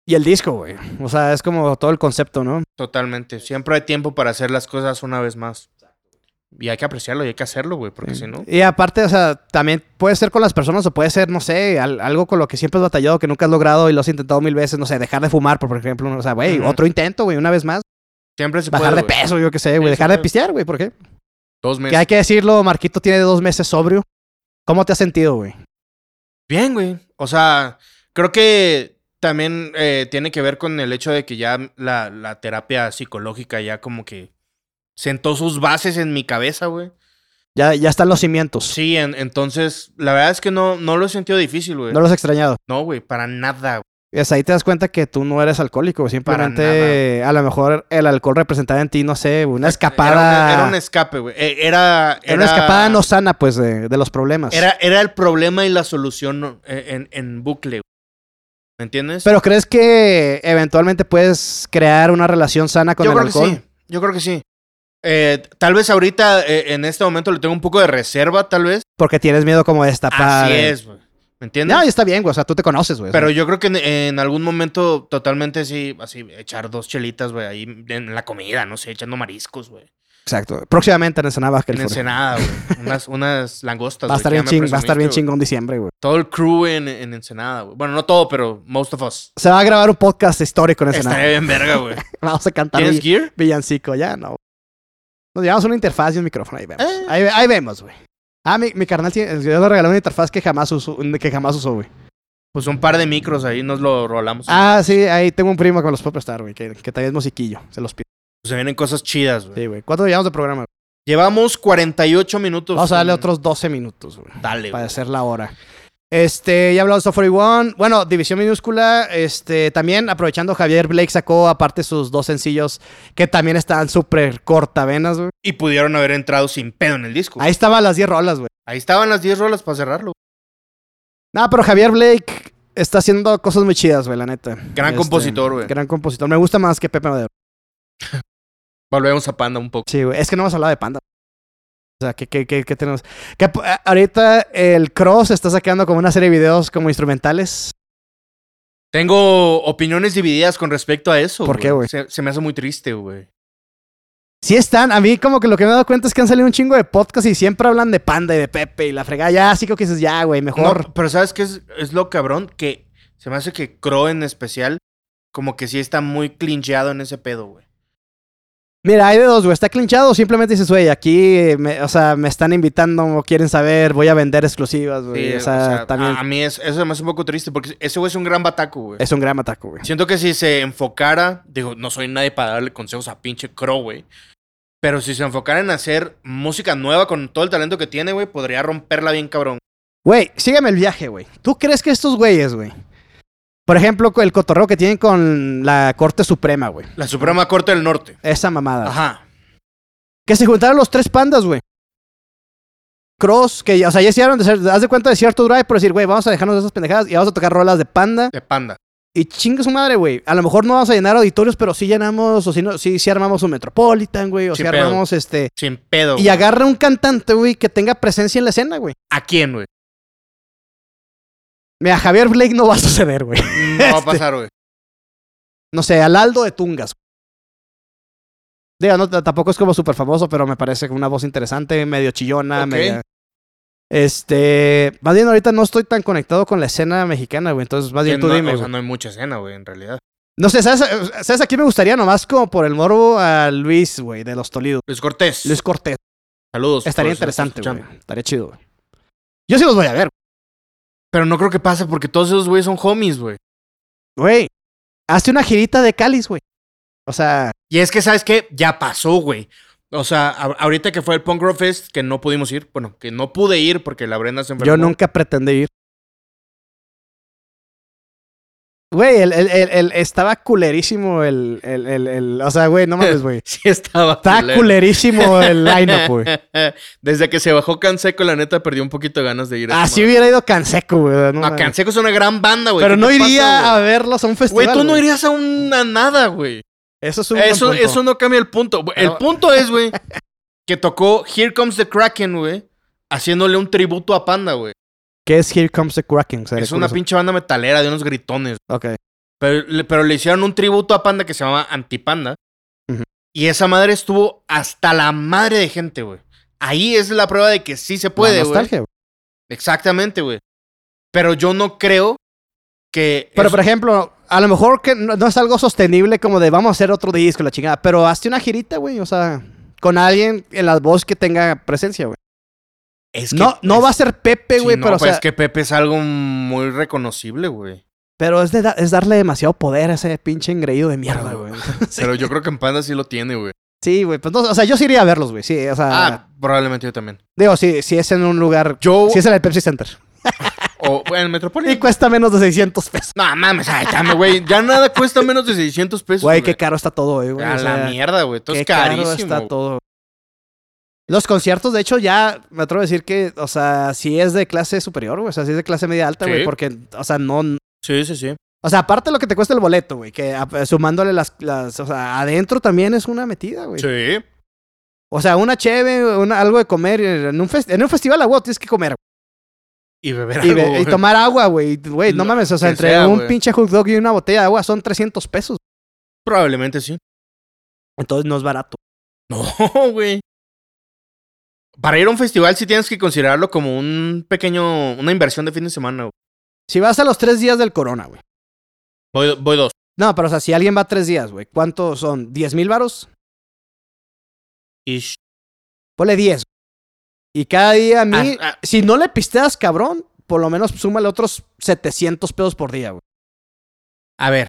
Y el disco, güey. O sea, es como todo el concepto, ¿no? Totalmente. Siempre hay tiempo para hacer las cosas una vez más. Y hay que apreciarlo y hay que hacerlo, güey, porque si no. Y aparte, o sea, también puede ser con las personas o puede ser, no sé, al- algo con lo que siempre has batallado, que nunca has logrado y lo has intentado mil veces, no sé, dejar de fumar, por ejemplo. O sea, güey, Ujú. otro intento, güey, una vez más. Siempre se Bajar puede. de güey. peso, yo qué sé, güey. Sí, sí, Pues dejar de güey. pistear, güey, ¿por qué? Dos Que meses. hay que decirlo, Marquito tiene dos meses sobrio. ¿Cómo te has sentido, güey? Bien, güey. O sea, creo que también eh, tiene que ver con el hecho de que ya la, la terapia psicológica ya como que sentó sus bases en mi cabeza, güey. Ya, ya están los cimientos. Sí, en- entonces, la verdad es que no, no lo he sentido difícil, güey. No los has extrañado. No, güey, para nada, güey. Es ahí te das cuenta que tú no eres alcohólico, güey. Para simplemente a lo mejor el alcohol representaba en ti, no sé, una escapada. Pues, Era, un- era un escape, güey. Eh, Era, era una escapada no sana, pues, de, de los problemas. Era, era el problema y la solución eh, en, en bucle, güey. ¿Me entiendes? Pero crees que eventualmente puedes crear una relación sana con yo el creo alcohol? que sí. Yo creo que sí. Eh, tal vez ahorita, eh, en este momento, le tengo un poco de reserva, tal vez. Porque tienes miedo como de destapar. Así eh. es, güey. ¿Me entiendes? No, y pues, está bien, güey. O sea, tú te conoces, güey. Pero yo creo que en, en algún momento totalmente sí, así, echar dos chelitas, güey, ahí en la comida, no sé, echando mariscos, güey. Exacto. Próximamente en Ensenada, Baja En California. Ensenada, güey. *laughs* Unas, unas langostas, Va a güey, estar que ya bien me ching, va a estar presumiste, bien güey. chingón diciembre, güey. Todo el crew en, en Ensenada, güey. Bueno, no todo, pero most of us. Se va a grabar un podcast histórico en Ensenada. Estaría bien verga, *laughs* güey. Vamos a cantar ¿Tienes vill- gear? villancico, ya no. Nos llevamos una interfaz y un micrófono, ahí vemos. Eh. Ahí, ve- ahí vemos, güey. Ah, mi, mi carnal, tiene- yo le regalé una interfaz que jamás usó, que jamás usó, güey. Pues un par de micros ahí, nos lo rolamos. Ah, sí, ahí tengo un primo con los Pop Star, güey, que, que también es musiquillo. Se los pido. Se vienen cosas chidas, güey. Sí, güey. ¿Cuánto llevamos de programa? Llevamos 48 minutos. Vamos a darle con- otros 12 minutos, güey, Dale, güey. para hacer la hora. Este, ya hablamos de 41. Bueno, División Minúscula. Este, también aprovechando, Javier Blake sacó aparte sus dos sencillos que también estaban súper cortavenas, güey. Y pudieron haber entrado sin pedo en el disco. Ahí estaban las 10 rolas, güey. Ahí estaban las 10 rolas para cerrarlo. No, pero Javier Blake está haciendo cosas muy chidas, güey, la neta. Gran Este, compositor, güey. Gran compositor. Me gusta más que Pepe Madero. Volvemos a Panda un poco. Sí, güey. Es que no hemos hablado de Panda. O sea, ¿qué, qué, qué, qué tenemos? Que, po- a- ahorita el Cross está sacando como una serie de videos como instrumentales. Tengo opiniones divididas con respecto a eso. ¿Por qué, güey? Se, se me hace muy triste, güey. Sí están. A mí como que lo que me he dado cuenta es que han salido un chingo de podcasts y siempre hablan de Panda y de Pepe y la fregada. Ya, así que dices, ya, güey, mejor. No, pero ¿sabes qué es, es lo cabrón? Que se me hace que Crow en especial como que sí está muy clincheado en ese pedo, güey. Mira, hay de dos, güey. Está clinchado o simplemente dices, güey, aquí, me- o sea, me están invitando o quieren saber, voy a vender exclusivas, güey. Sí, o, sea, también a, a mí es, eso me hace un poco triste porque ese güey es un gran bataco, güey. es un gran ataco, güey. Siento que si se enfocara, digo, no soy nadie para darle consejos a pinche Crow, güey. Pero si se enfocara en hacer música nueva con todo el talento que tiene, güey, podría romperla bien cabrón. Güey, sígueme el viaje, güey. ¿Tú crees que estos güeyes, güey? Por ejemplo, el cotorreo que tienen con la Corte Suprema, güey. La Suprema Corte del Norte. Esa mamada. Ajá. Que se juntaron los tres pandas, güey. Cross, que ya, o sea, ya hicieron de ser, haz de cuenta de cierto drive por decir, güey, vamos a dejarnos de esas pendejadas y vamos a tocar rolas de panda. De panda. Y chingue su madre, güey. A lo mejor no vamos a llenar auditorios, pero sí llenamos, o sí, no, sí, sí armamos un Metropolitan, güey, o Sí, sí pedo. armamos este. Sin pedo. Y güey. agarra un cantante, güey, que tenga presencia en la escena, güey. ¿A quién, güey? Mira, Javier Blake no va a suceder, güey. *laughs* Este, No va a pasar, güey. No sé, al Aldo de Tungas. Digo, no, t- tampoco es como súper famoso, pero me parece una voz interesante, medio chillona, Ok. media- Este. Más bien, ahorita no estoy tan conectado con la escena mexicana, güey. Entonces, más bien Que tú no- dime. o güey. sea, no hay mucha escena, güey, en realidad. No sé, ¿sabes, ¿sabes? Aquí me gustaría nomás como por el morbo a Luis, güey, de los Tolidos. Luis Cortés. Luis Cortés. Saludos. Estaría por si nos estás interesante, güey. escuchando. Estaría chido, güey. Yo sí los voy a ver, Pero no creo que pase porque todos esos güeyes son homies, güey. güey. Hazte una girita de cáliz, güey. O sea, Y es que, ¿sabes qué? Ya pasó, güey. O sea, a- ahorita que fue el Punk Rock Fest, que no pudimos ir, bueno, que no pude ir porque la Brenda se enfermó. *laughs* yo nunca pretendí ir. Güey, el, el- el- el- estaba culerísimo el, el, el, el- O sea, güey, no *laughs* mames, güey. Sí estaba. Estaba culero. *laughs* culerísimo el lineup, güey. Desde que se bajó Canseco, la neta, perdí un poquito de ganas de ir. a esa Así madre. hubiera ido Canseco, güey. no Ah, No, mames. Canseco es una gran banda, güey. Pero ¿Qué no te pasa, iría güey? a verlos a un festival. Güey, tú no irías a una nada, güey. Eso es un buen Eso, punto. eso no cambia el punto. El Pero- punto es, güey, que tocó Here Comes the Kraken, güey, haciéndole un tributo a Panda, güey. ¿Qué es Here Comes the Kraken? Seré Es una curioso. pinche banda metalera de unos gritones. Ok. Pero le, pero le hicieron un tributo a Panda que se llamaba Antipanda. Ujú. Y esa madre estuvo hasta la madre de gente, güey. Ahí es la prueba de que sí se puede, La güey. nostalgia, güey. Exactamente, güey. Pero yo no creo que. Pero, eso- por ejemplo, a lo mejor que no, no es algo sostenible como de vamos a hacer otro disco, la chingada. Pero hazte una girita, güey. O sea, con alguien en la voz que tenga presencia, güey. es no no va a ser Pepe, güey, pero, o sea, pues, es que Pepe es algo muy reconocible, güey. pero es, de da- es darle demasiado poder a ese pinche engreído de mierda, güey. *laughs* Sí. Pero yo creo que en Panda sí lo tiene, güey. Sí, güey. Pues, no, o sea, yo sí iría a verlos, güey. Sí, o sea, Ah, probablemente yo también. digo, si, si es en un lugar... Yo Si es en el Pepsi Center. o bueno, en Y Metropolitan. *laughs* cuesta menos de 600 pesos. No mames, ay, dame, güey. Ya nada cuesta menos de 600 pesos. Güey, qué caro está todo hoy, güey. A o sea, la mierda, güey. Esto Qué es caro carísimo. está güey. todo. Los conciertos, de hecho, ya me atrevo a decir que, o sea, sí es de clase superior, güey. O sea, sí es de clase media alta, güey. Sí. Porque, o sea, no. Sí, sí, sí. O sea, aparte de lo que te cuesta el boleto, güey. Que a- sumándole las, las. O sea, adentro también es una metida, güey. Sí. O sea, una cheve, una- algo de comer. eh, En un, fes- en un festival, agua, tienes que comer. *laughs* Y beber Y, algo, be- y Ah, güey. tomar agua, güey. Güey, no Lo mames. O sea, que entre sea, un güey. pinche hot dog y una botella de agua son 300 pesos. Probablemente sí. *laughs* Entonces no es barato. No, güey. Para ir a un festival sí tienes que considerarlo como un pequeño, una inversión de fin de semana. güey. Si vas a los tres días del corona, güey. Voy, voy dos. No, pero o sea, si alguien va tres días, güey, ¿cuántos son? ¿10 mil varos? Ish. Ponle 10. Y cada día a mí, Ah, ah. si no le pisteas, cabrón, por lo menos súmale otros 700 pesos por día, güey. *laughs* A ver,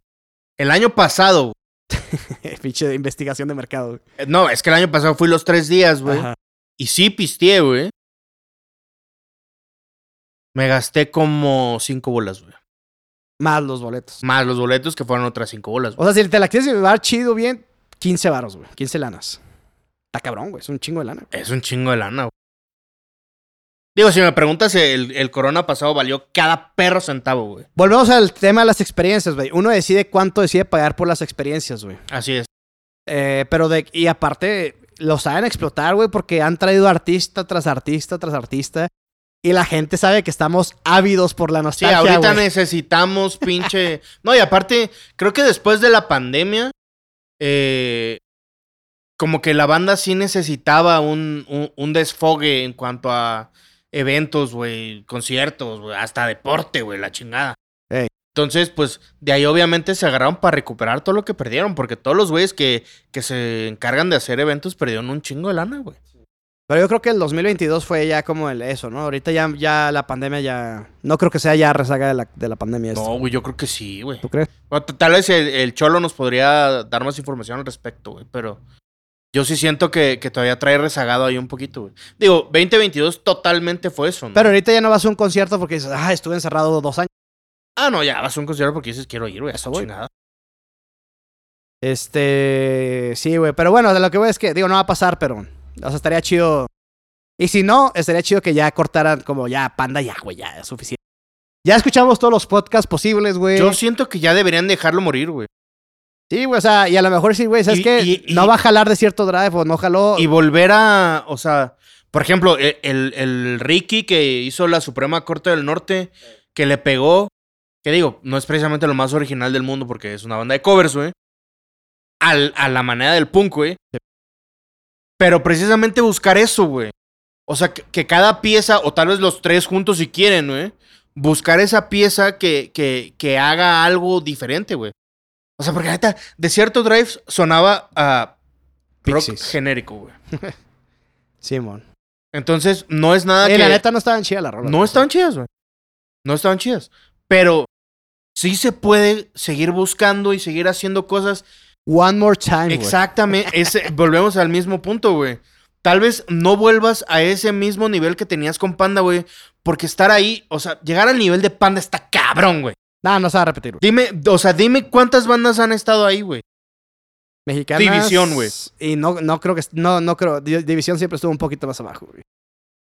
el año pasado, güey. Pinche de investigación de mercado, güey. Eh, no, es que el año pasado fui los tres días, güey. Ajá. Y sí pisteé, güey. Me gasté como cinco bolas, güey. Más los boletos. Más los boletos que fueron otras cinco bolas, güey. O sea, si te la quieres llevar chido bien, 15 varos, güey. 15 lanas. Está cabrón, güey. Es un chingo de lana. güey. Es un chingo de lana, güey. Digo, si me preguntas, el, el corona pasado valió cada perro centavo, güey. Volvemos al tema de las experiencias, güey. Uno decide cuánto decide pagar por las experiencias, güey. Así es. Eh, pero de. Y aparte, lo saben explotar, güey, porque han traído artista tras artista tras artista. Y la gente sabe que estamos ávidos por la Sí, nostalgia. ahorita güey. necesitamos pinche... *laughs* No, y aparte, creo que después de la pandemia, eh, como que la banda sí necesitaba un, un, un desfogue en cuanto a eventos, güey, conciertos, güey, hasta deporte, güey, la chingada. Ey. Entonces, pues de ahí obviamente se agarraron para recuperar todo lo que perdieron, porque todos los güeyes que, que se encargan de hacer eventos perdieron un chingo de lana, güey. Pero yo creo que el 2022 fue ya como el eso, ¿no? Ahorita ya, ya la pandemia ya... No creo que sea ya rezaga de la, de la pandemia. esto. No, güey, yo creo que sí, güey. ¿Tú crees? O t- Tal vez el, el Cholo nos podría dar más información al respecto, güey, pero yo sí siento que, que todavía trae rezagado ahí un poquito, güey. Digo, 2022 totalmente fue eso, ¿no? Pero ahorita ya no vas a un concierto porque dices, ah, estuve encerrado dos años. Ah, no, ya, vas a un concierto porque dices quiero ir, güey, eso voy. Nada. Este, sí, güey. Pero bueno, de lo que voy es que, digo, no va a pasar, pero, o sea, estaría chido. Y si no, estaría chido que ya cortaran como ya, panda, ya, güey, ya es suficiente. Ya escuchamos todos los podcasts posibles, güey. Yo siento que ya deberían dejarlo morir, güey. Sí, güey, o sea, y a lo mejor sí, güey, ¿sabes Y- qué? y- no y- va a jalar de cierto drive o no jaló. Y volver a, o sea, por ejemplo, e- el, el Ricky que hizo la Suprema Corte del Norte, que le pegó, que digo, no es precisamente lo más original del mundo porque es una banda de covers, güey. Al, a la manera del punk, güey. Pero precisamente buscar eso, güey. O sea, que, que cada pieza, o tal vez los tres juntos si quieren, güey. Buscar esa pieza que, que, que haga algo diferente, güey. O sea, porque la neta, Desierto Drives sonaba a rock Pixies. genérico, güey. Simón. Entonces, no es nada Eh, Ah, que. la neta no estaban chidas las rolas. no estaban chidas, güey. No estaban chidas. Pero sí se puede seguir buscando y seguir haciendo cosas. One more time, güey. Exactamente. ese- volvemos al mismo punto, güey. Tal vez no vuelvas a ese mismo nivel que tenías con Panda, güey. Porque estar ahí, o sea, llegar al nivel de Panda está cabrón, güey. No, no se va a repetir, güey. Dime, o sea, dime cuántas bandas han estado ahí, güey. Mexicanas. División, güey. Y no, no creo que. No, no creo. Di- División siempre estuvo un poquito más abajo, güey.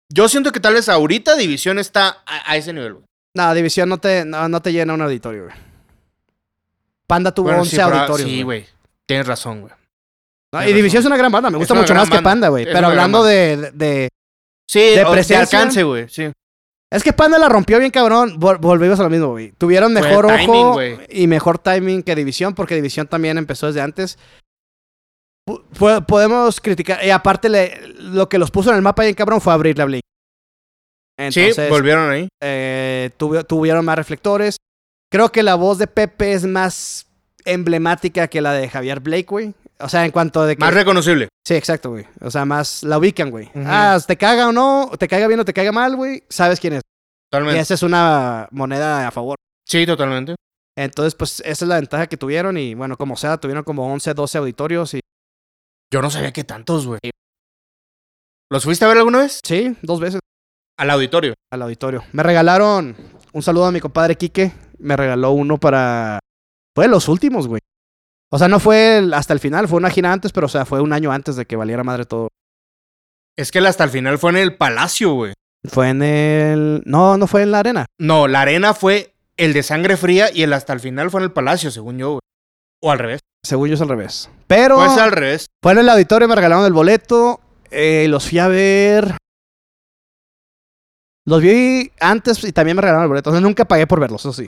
Yo siento que tal vez ahorita División está a, a ese nivel, güey. No, División no te, no, no te llena un auditorio, güey. Panda tuvo Bueno, 11 sí, pero- ah, auditorios. Sí, güey. güey. Tienes razón, güey. No, Tienes y División razón. es una gran banda, me gusta una mucho gran más que banda. Panda, güey. Es Pero una gran hablando banda. de, de- de- Sí, De o- presencia. alcance, güey. Sí. Es que Panda la rompió bien, cabrón. vol- volvimos a lo mismo, güey. Tuvieron Fue mejor timing, ojo güey. y mejor timing que División, porque División también empezó desde antes. Po- po- podemos criticar. Y aparte, le- lo que los puso en el mapa bien, cabrón, fue abrirle a Blink. Entonces, sí, volvieron ahí. eh, tuvi- tuvieron más reflectores. Creo que la voz de Pepe es más emblemática que la de Javier Blake, güey. O sea, en cuanto de que... Más reconocible. Sí, exacto, güey. O sea, más la ubican, güey. Ujú. Ah, te caga o no, te caga bien o te caga mal, güey, sabes quién es. Y Totalmente. esa es una moneda a favor. Sí, totalmente. Entonces, pues, esa es la ventaja que tuvieron y, bueno, como sea, tuvieron como 11, 12 auditorios y... Yo no sabía que tantos, güey. ¿Los fuiste a ver alguna vez? Sí, dos veces Al auditorio. al auditorio. Me regalaron un saludo a mi compadre Quique. Me regaló uno para... Fue de los últimos, güey. O sea, no fue el- hasta el final, fue una gira antes, pero, o sea, fue un año antes de que valiera madre todo. Es que el hasta el final fue en el Palacio, güey. Fue en el... No, no fue en la arena. No, la arena fue el de sangre fría y el hasta el final fue en el Palacio, según yo, güey. O al revés. Según yo es al revés. Pero... Pues al revés. Fue en el auditorio, me regalaron el boleto. eh, los fui a ver. Los vi antes y también me regalaron el boleto. O sea, nunca pagué por verlos, eso sí.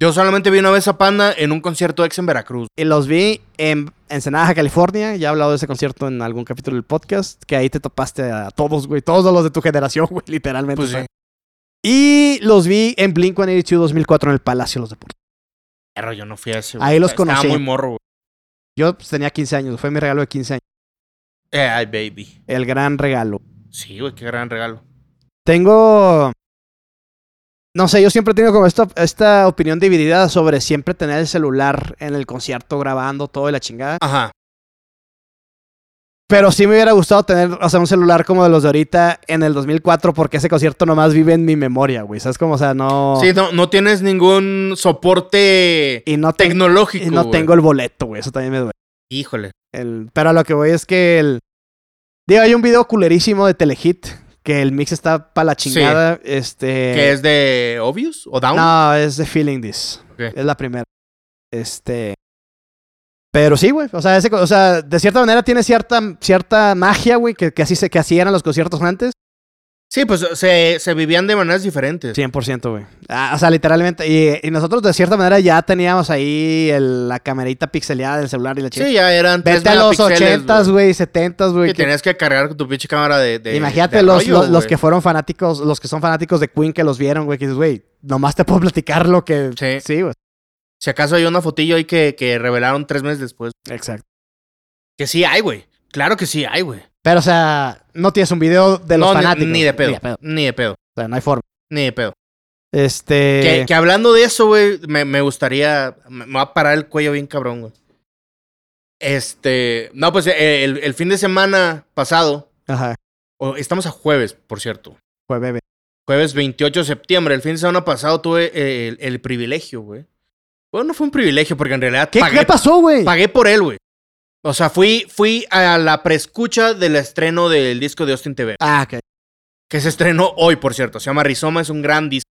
Yo solamente vi una vez a Panda en un concierto ex en Veracruz. Y los vi en Ensenada, California. Ya he hablado de ese concierto en algún capítulo del podcast. Que ahí te topaste a todos, güey. Todos los de tu generación, *laughs* güey, literalmente. Pues sí. Y los vi en Blink 182 2004 en el Palacio de los Deportes. Pero yo no fui a ese, Ahí los conocí. Estaba muy morro, güey. Yo pues, tenía 15 años, fue mi regalo de 15 años. Eh, ay, baby. El gran regalo. Sí, güey, qué gran regalo. Tengo. No sé, yo siempre he tenido como esta, esta opinión dividida sobre siempre tener el celular en el concierto grabando todo y la chingada. Ajá. Pero sí me hubiera gustado tener, o sea, un celular como de los de ahorita en el 2004 porque ese concierto nomás vive en mi memoria, güey. ¿Sabes cómo? O sea, no... Sí, no, no tienes ningún soporte y no, te- tecnológico. y no güey. tengo el boleto, güey. Eso también me duele. Híjole. El- pero a lo que voy es que el... Digo, hay un video culerísimo de Telehit que el mix está para la chingada. Este... ¿Que es de Obvious o Down? No, es de Feeling This. Ok. Es la primera. Este. Pero sí, güey. O sea, ese co- o sea, de cierta manera tiene cierta, cierta magia, güey, que, que así se, que así eran los conciertos antes. Sí, pues se, se vivían de maneras diferentes. 100%, güey. Ah, o sea, literalmente. Y, y nosotros de cierta manera ya teníamos ahí el- la camerita pixeleada del celular y la chica. Sí, ya eran tres Vete a los megapíxeles, 80s, güey, 70s, güey. Que que- tenías que cargar con tu pinche cámara de. de- Imagínate de los, rollo, los, los güey. que fueron fanáticos, los que son fanáticos de Queen que los vieron, güey, que dices, güey, nomás te puedo platicar lo que... Sí. Sí, güey. Si acaso hay una fotillo ahí que, que revelaron tres meses después. Exacto. Que sí hay, güey. Claro que sí hay, güey. Pero, o sea, no tienes un video de los No, ni- fanáticos. Ni, de pedo, Ni de pedo. Ni de pedo. O sea, no hay forma. Ni de pedo. Este. Que, que hablando de eso, güey, me, me gustaría. Me, me va a parar el cuello bien cabrón, güey. Este. No, pues eh, el, el fin de semana pasado. Ajá. o- estamos a jueves, por cierto. Fue bebé. Jueves 28 de septiembre. El fin de semana pasado tuve eh, el, el privilegio, güey. Bueno, no fue un privilegio, porque en realidad ¿Qué, pagué, ¿qué pasó, güey? pagué por él, güey. O sea, fui, fui a la preescucha del estreno del disco de Austin TV. Ah, ok. Que se estrenó hoy, por cierto. Se llama Rizoma, es un gran disco.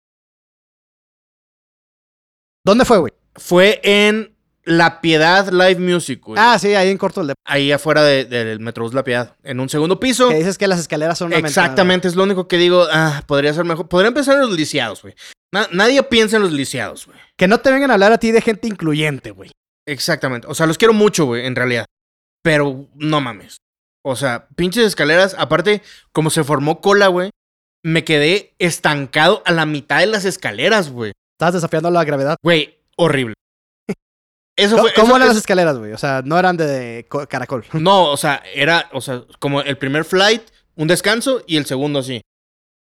¿Dónde fue, güey? Fue en La Piedad Live Music, güey. Ah, sí, ahí en corto el de. Ahí afuera de- del Metrobús La Piedad. En un segundo piso. Que dices que las escaleras son una mentada, Exactamente, es lo único que digo. Ah, podría ser mejor. Podría empezar en los lisiados, güey. Na- nadie piensa en los lisiados, güey. güey. Que no te vengan a hablar a ti de gente incluyente, güey. Exactamente. O sea, los quiero mucho, güey, en realidad. Pero no mames. O sea, pinches escaleras. Aparte, como se formó cola, güey, me quedé estancado a la mitad de las escaleras, güey. Estás desafiando la gravedad. Güey, *laughs* horrible. Eso ¿Cómo, fue. cómo eso- eran eso- las escaleras, güey? O sea, no eran de, de co- caracol. *laughs* No, o sea, era, o sea, como el primer flight, un descanso y el segundo así.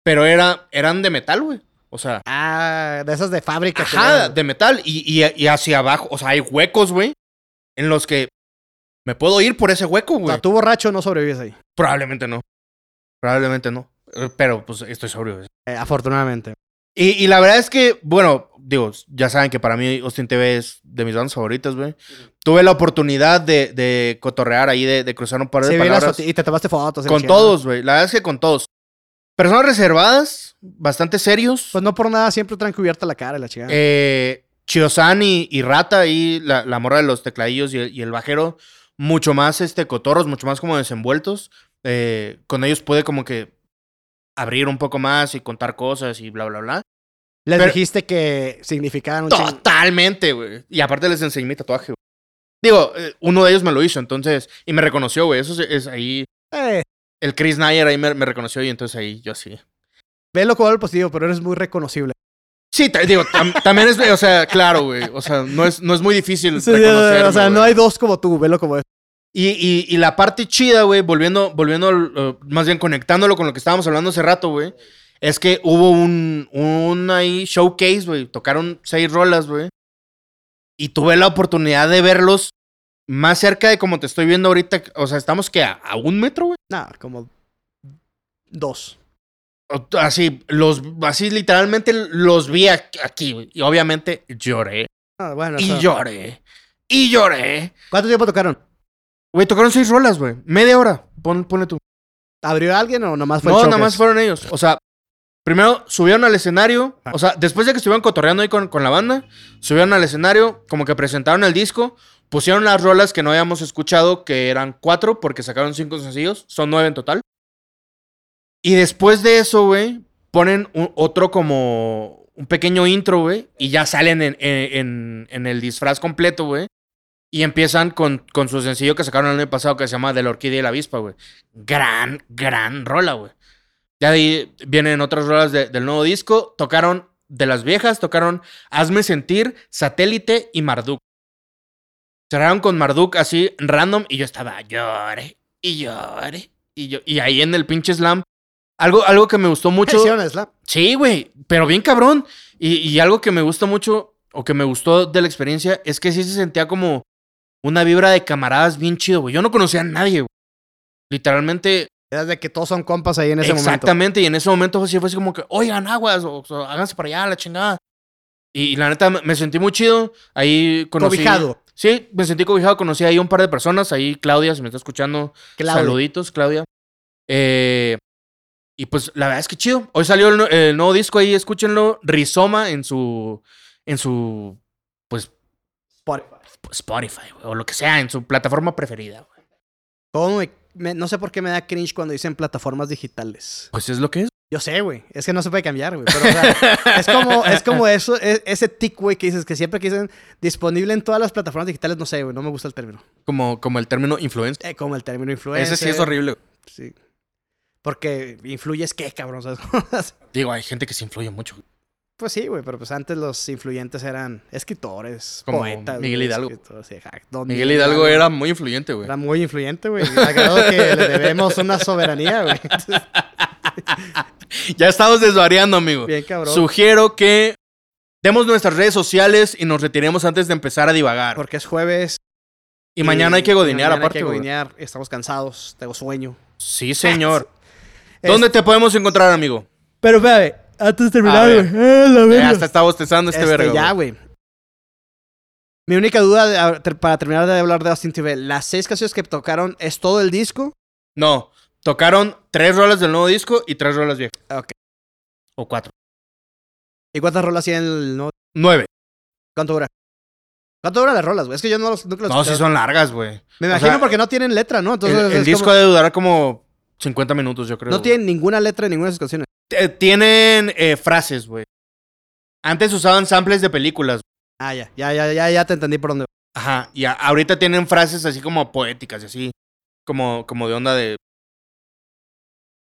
Pero era, eran de metal, güey. O sea, Ah, de esas de fábrica. que ajá, eran, de metal y, y- y hacia abajo. O sea, hay huecos, güey, en los que me puedo ir por ese hueco, güey. O güey. sea, tú borracho no sobrevives ahí. Probablemente no. Probablemente no. Eh, Pero pues estoy sobrio. güey. Eh, afortunadamente. Y, y la verdad es que, bueno, digo, ya saben que para mí Austin TV es de mis bandas favoritas, güey. Tuve la oportunidad de, de cotorrear ahí, de, de cruzar un par de Sí, vi las palabras. foti- y te tomaste fotos. y la Con chingada. todos, güey. La verdad es que con todos. Personas reservadas, bastante serios. Pues no por nada siempre traen cubierta la cara y la chingada. Eh, Chiosan y, y Rata ahí, la, la morra de los tecladillos y el, y el bajero, mucho más este, cotorros, mucho más como desenvueltos. Eh, con ellos puede como que abrir un poco más y contar cosas y bla, bla, bla. Les pero- dijiste que significaban un chingo. Totalmente, güey. Y aparte les enseñé mi tatuaje, güey. Digo, eh, uno de ellos me lo hizo, entonces, y me reconoció, güey. Eso es, es ahí. Eh, El Chris Nayer ahí me, me reconoció y entonces ahí yo así. velo como el positivo, pero eres muy reconocible. Sí, te- digo, tam- también es, o sea, claro, güey. O sea, no es, no es muy difícil. Sí, o sea, reconocerme, no güey. hay dos como tú, velo como es. Y, y- y la parte chida, güey, volviendo, volviendo, al, eh, más bien conectándolo con lo que estábamos hablando hace rato, güey, es que hubo un, un ahí showcase, güey, tocaron seis rolas, güey, y tuve la oportunidad de verlos más cerca de como te estoy viendo ahorita, o sea, estamos que a, a un metro, güey, Nada, como dos. O- así, los, así literalmente los vi aquí- aquí, güey, y obviamente lloré, Ah, bueno, o y sea, lloré, y lloré. ¿Cuánto tiempo tocaron? Güey, tocaron seis rolas, güey, media hora, pon, ponle tú. ¿Abrió alguien o nomás fue el No, showcase? nada más fueron ellos. O sea, primero subieron al escenario. Ah. O sea, después de que estuvieron cotorreando ahí con, con la banda, subieron al escenario, como que presentaron el disco, pusieron las rolas que no habíamos escuchado, que eran cuatro, porque sacaron cinco sencillos, son nueve en total. Y después de eso, güey, ponen un- otro como un pequeño intro, güey, y ya salen en, en- en- en el disfraz completo, güey. Y empiezan con, con su sencillo que sacaron el año pasado que se llama De la Orquídea y la Avispa, güey. Gran, gran rola, güey. Ya de ahí vienen otras rolas de- del nuevo disco. Tocaron de las viejas, tocaron Hazme Sentir, Satélite y Marduk. Cerraron con Marduk así random y yo estaba llore y llore y yo y ahí en el pinche slam algo algo que me gustó mucho. Hicieron slap. Sí, güey, pero bien cabrón. Y, y algo que me gusta mucho, o que me gustó de la experiencia, es que sí se sentía como una vibra de camaradas bien chido, güey. Yo no conocía a nadie, güey. Literalmente, Era de que todos son compas ahí en ese momento. exactamente. Y en ese momento fue así, fue así como que, oigan, aguas, o, o háganse para allá, la chingada. Y, y la neta, me, me sentí muy chido. Ahí conocí. Cobijado. Sí, me sentí cobijado. Conocí ahí un par de personas. Ahí Claudia, si me está escuchando, Claudio. Saluditos, Claudia. Eh, y pues la verdad es que chido. Hoy salió el, nu- el nuevo disco ahí, escúchenlo. Rizoma en su. en su. pues Por- Spotify, güey, o lo que sea, en su plataforma preferida, güey. ¿Cómo me- me- no sé por qué me da cringe cuando dicen plataformas digitales. Pues es lo que es. Yo sé, güey. Es que no se puede cambiar, güey. Pero, o sea, es como, es como eso, es- ese tic, güey, que dices que siempre que dicen disponible en todas las plataformas digitales, no sé, güey. No me gusta el término. Como, como el término influencer. Eh, como el término influencer. Ese sí es horrible. Sí. *laughs* Porque influyes qué, cabrón, ¿sabes? Digo, hay gente que se influye mucho. Pues sí, güey, pero pues antes los influyentes eran escritores, Como poetas. Miguel güey, Hidalgo. escritores, sí, ajá. Don Miguel Hidalgo era muy influyente, güey. Era muy influyente, güey. A grado que le debemos una *laughs* soberanía, güey. Entonces, Ya estamos desvariando, amigo. Bien cabrón. Sugiero que demos nuestras redes sociales y nos retiremos antes de empezar a divagar. Porque es jueves. y mañana hay que godinear, mañana aparte, Hay que güey. godinear. Estamos cansados. Tengo sueño. Sí, señor. ¿Dónde Este te podemos encontrar, amigo? Pero, espérate, antes de A terminar, ver. güey. Eh, la verga. Ya hasta está bostezando este, Este, verga. Ya, güey. güey. Mi única duda de- a- ter- para terminar de hablar de Austin TV, las seis canciones que tocaron es todo el disco. No, tocaron tres rolas del nuevo disco y tres rolas viejas. Ok. O cuatro. ¿Y cuántas rolas tiene el nuevo? Nueve. ¿Cuánto dura? ¿Cuánto duran las rolas, güey? Es que yo no los, nunca los No, escuché. sí son largas, güey. Me o imagino sea, porque no tienen letra, ¿no? El, Entonces el es disco como- debe durar como 50 minutos, yo creo. no güey. tienen ninguna letra en ninguna de sus canciones. T- Tienen eh, frases, güey. Antes usaban samples de películas. Ah, ya, ya, ya, ya, ya te entendí por dónde. Ajá, y a- ahorita tienen frases así como poéticas y así, como, como de onda de,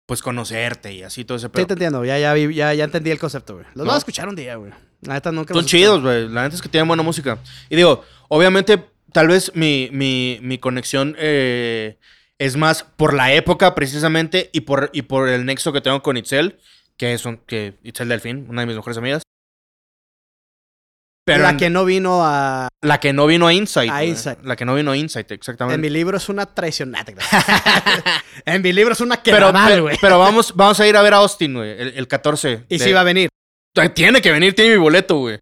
pues, conocerte y así todo ese Sí, pedo. te entiendo, ya, ya, vi- ya, ya entendí el concepto, güey. No. Los voy a escuchar un día, güey. La neta nunca Son los he escuchado. chidos, güey, la neta es que tienen buena música. Y digo, obviamente, tal vez mi, mi, mi conexión eh, es más por la época precisamente y por, y por el nexo que tengo con Itzel, que es un, que Itzel Delfín, una de mis mejores amigas. Pero la en- Ah, que no vino a. la que no vino a Insight. A güey. Insight. La que no vino a Insight, exactamente. En mi libro es una traicionada. *laughs* en mi libro es una *laughs* que pero, mal, pero- güey. pero vamos, vamos a ir a ver a Austin, güey, el, el 14. Y de- si va a venir. Tiene que venir, tiene mi boleto, güey.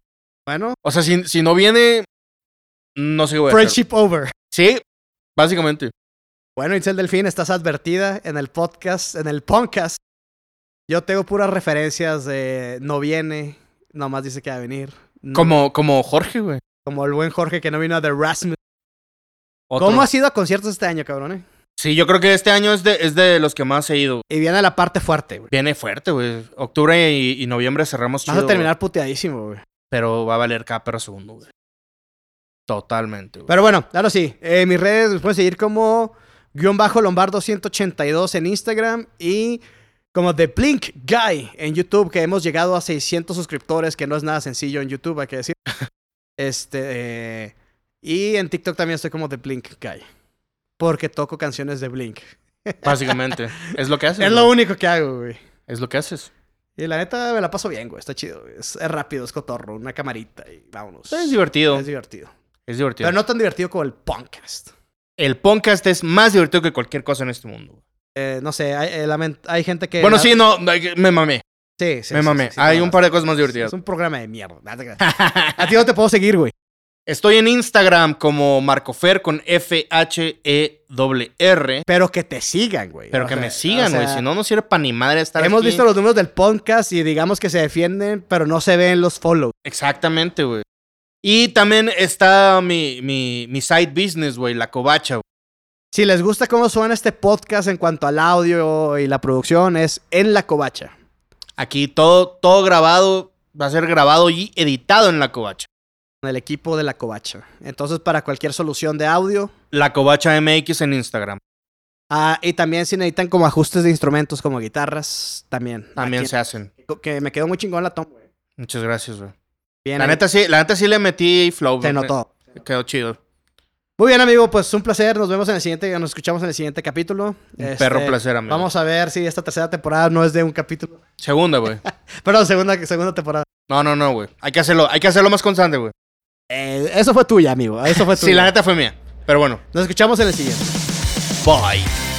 Bueno, O sea, si, si no viene, no sé qué voy a hacer. friendship over. Sí, básicamente. Bueno, Itzel Delfín, estás advertida en el podcast, en el podcast. Yo tengo puras referencias de no viene, nomás dice que va a venir. No- Como, como Jorge, güey. Como el buen Jorge que no vino a The Rasmus. Otro. ¿Cómo has ido a conciertos este año, cabrón? eh? Sí, yo creo que este año es de, es de los que más he ido. Y viene la parte fuerte, güey. Viene fuerte, güey. Octubre y, y noviembre cerramos chido. Vas a terminar puteadísimo, güey. güey. Pero va a valer cada perro segundo, güey. Totalmente, güey. Pero bueno, ahora sí. eh, mis redes me pueden seguir como guión bajo lombardo 182 en Instagram y como The Blink Guy en YouTube, que hemos llegado a 600 suscriptores, que no es nada sencillo en YouTube, hay que decir. *laughs* Este, eh, y en TikTok también estoy como The Blink Guy. Porque toco canciones de Blink. Básicamente. es lo que haces. *laughs* Es güey. lo único que hago, güey. Es lo que haces. Y la neta me la paso bien, güey. Está chido. güey. Es, es rápido, es cotorro, una camarita y vámonos. Es divertido. Es divertido. Es divertido. Pero no tan divertido como el podcast. El podcast es más divertido que cualquier cosa en este mundo. güey. Eh, no sé, hay, eh, lamen- hay gente que. Bueno, la- sí, no, me mamé. Sí, sí, me sí, mamé. sí, sí, Hay no, un par de cosas más divertidas. Es un programa de mierda. nada te *laughs* creas. A ti no te puedo seguir, güey. Estoy en Instagram como Marcofer con E F-H-E-R. Pero que te sigan, güey. Pero O que sea, me sigan, o sea, güey. si no, no sirve para ni madre estar Hemos aquí. visto los números del podcast y digamos que se defienden, pero no se ven los follows. Exactamente, güey. Y también está mi, mi, mi side business, güey, la covacha, güey. Si les gusta cómo suena este podcast en cuanto al audio y la producción, es en la covacha. Aquí todo, todo grabado, va a ser grabado y editado en la covacha. Con el equipo de la covacha. Entonces, para cualquier solución de audio. La covacha MX en Instagram. ah, y también si necesitan como ajustes de instrumentos como guitarras, también. También Aquí- se hacen. Que me quedó muy chingón la toma, güey. Muchas gracias, güey. Bien, La ahí. neta, sí, la neta sí le metí flow, güey. se notó. Quedó chido. Muy bien, amigo, pues un placer. Nos vemos en el siguiente, nos escuchamos en el siguiente capítulo. Un Este, perro placer, amigo. Vamos a ver si esta tercera temporada no es de un capítulo. Segunda, güey. Perdón, segunda, segunda temporada. No, no, no, güey. Hay que hacerlo, hay que hacerlo más constante, güey. Eh, eso fue tuya, amigo. Eso fue tuya. Sí, la neta fue mía. Pero bueno, Nos escuchamos en el siguiente. bye.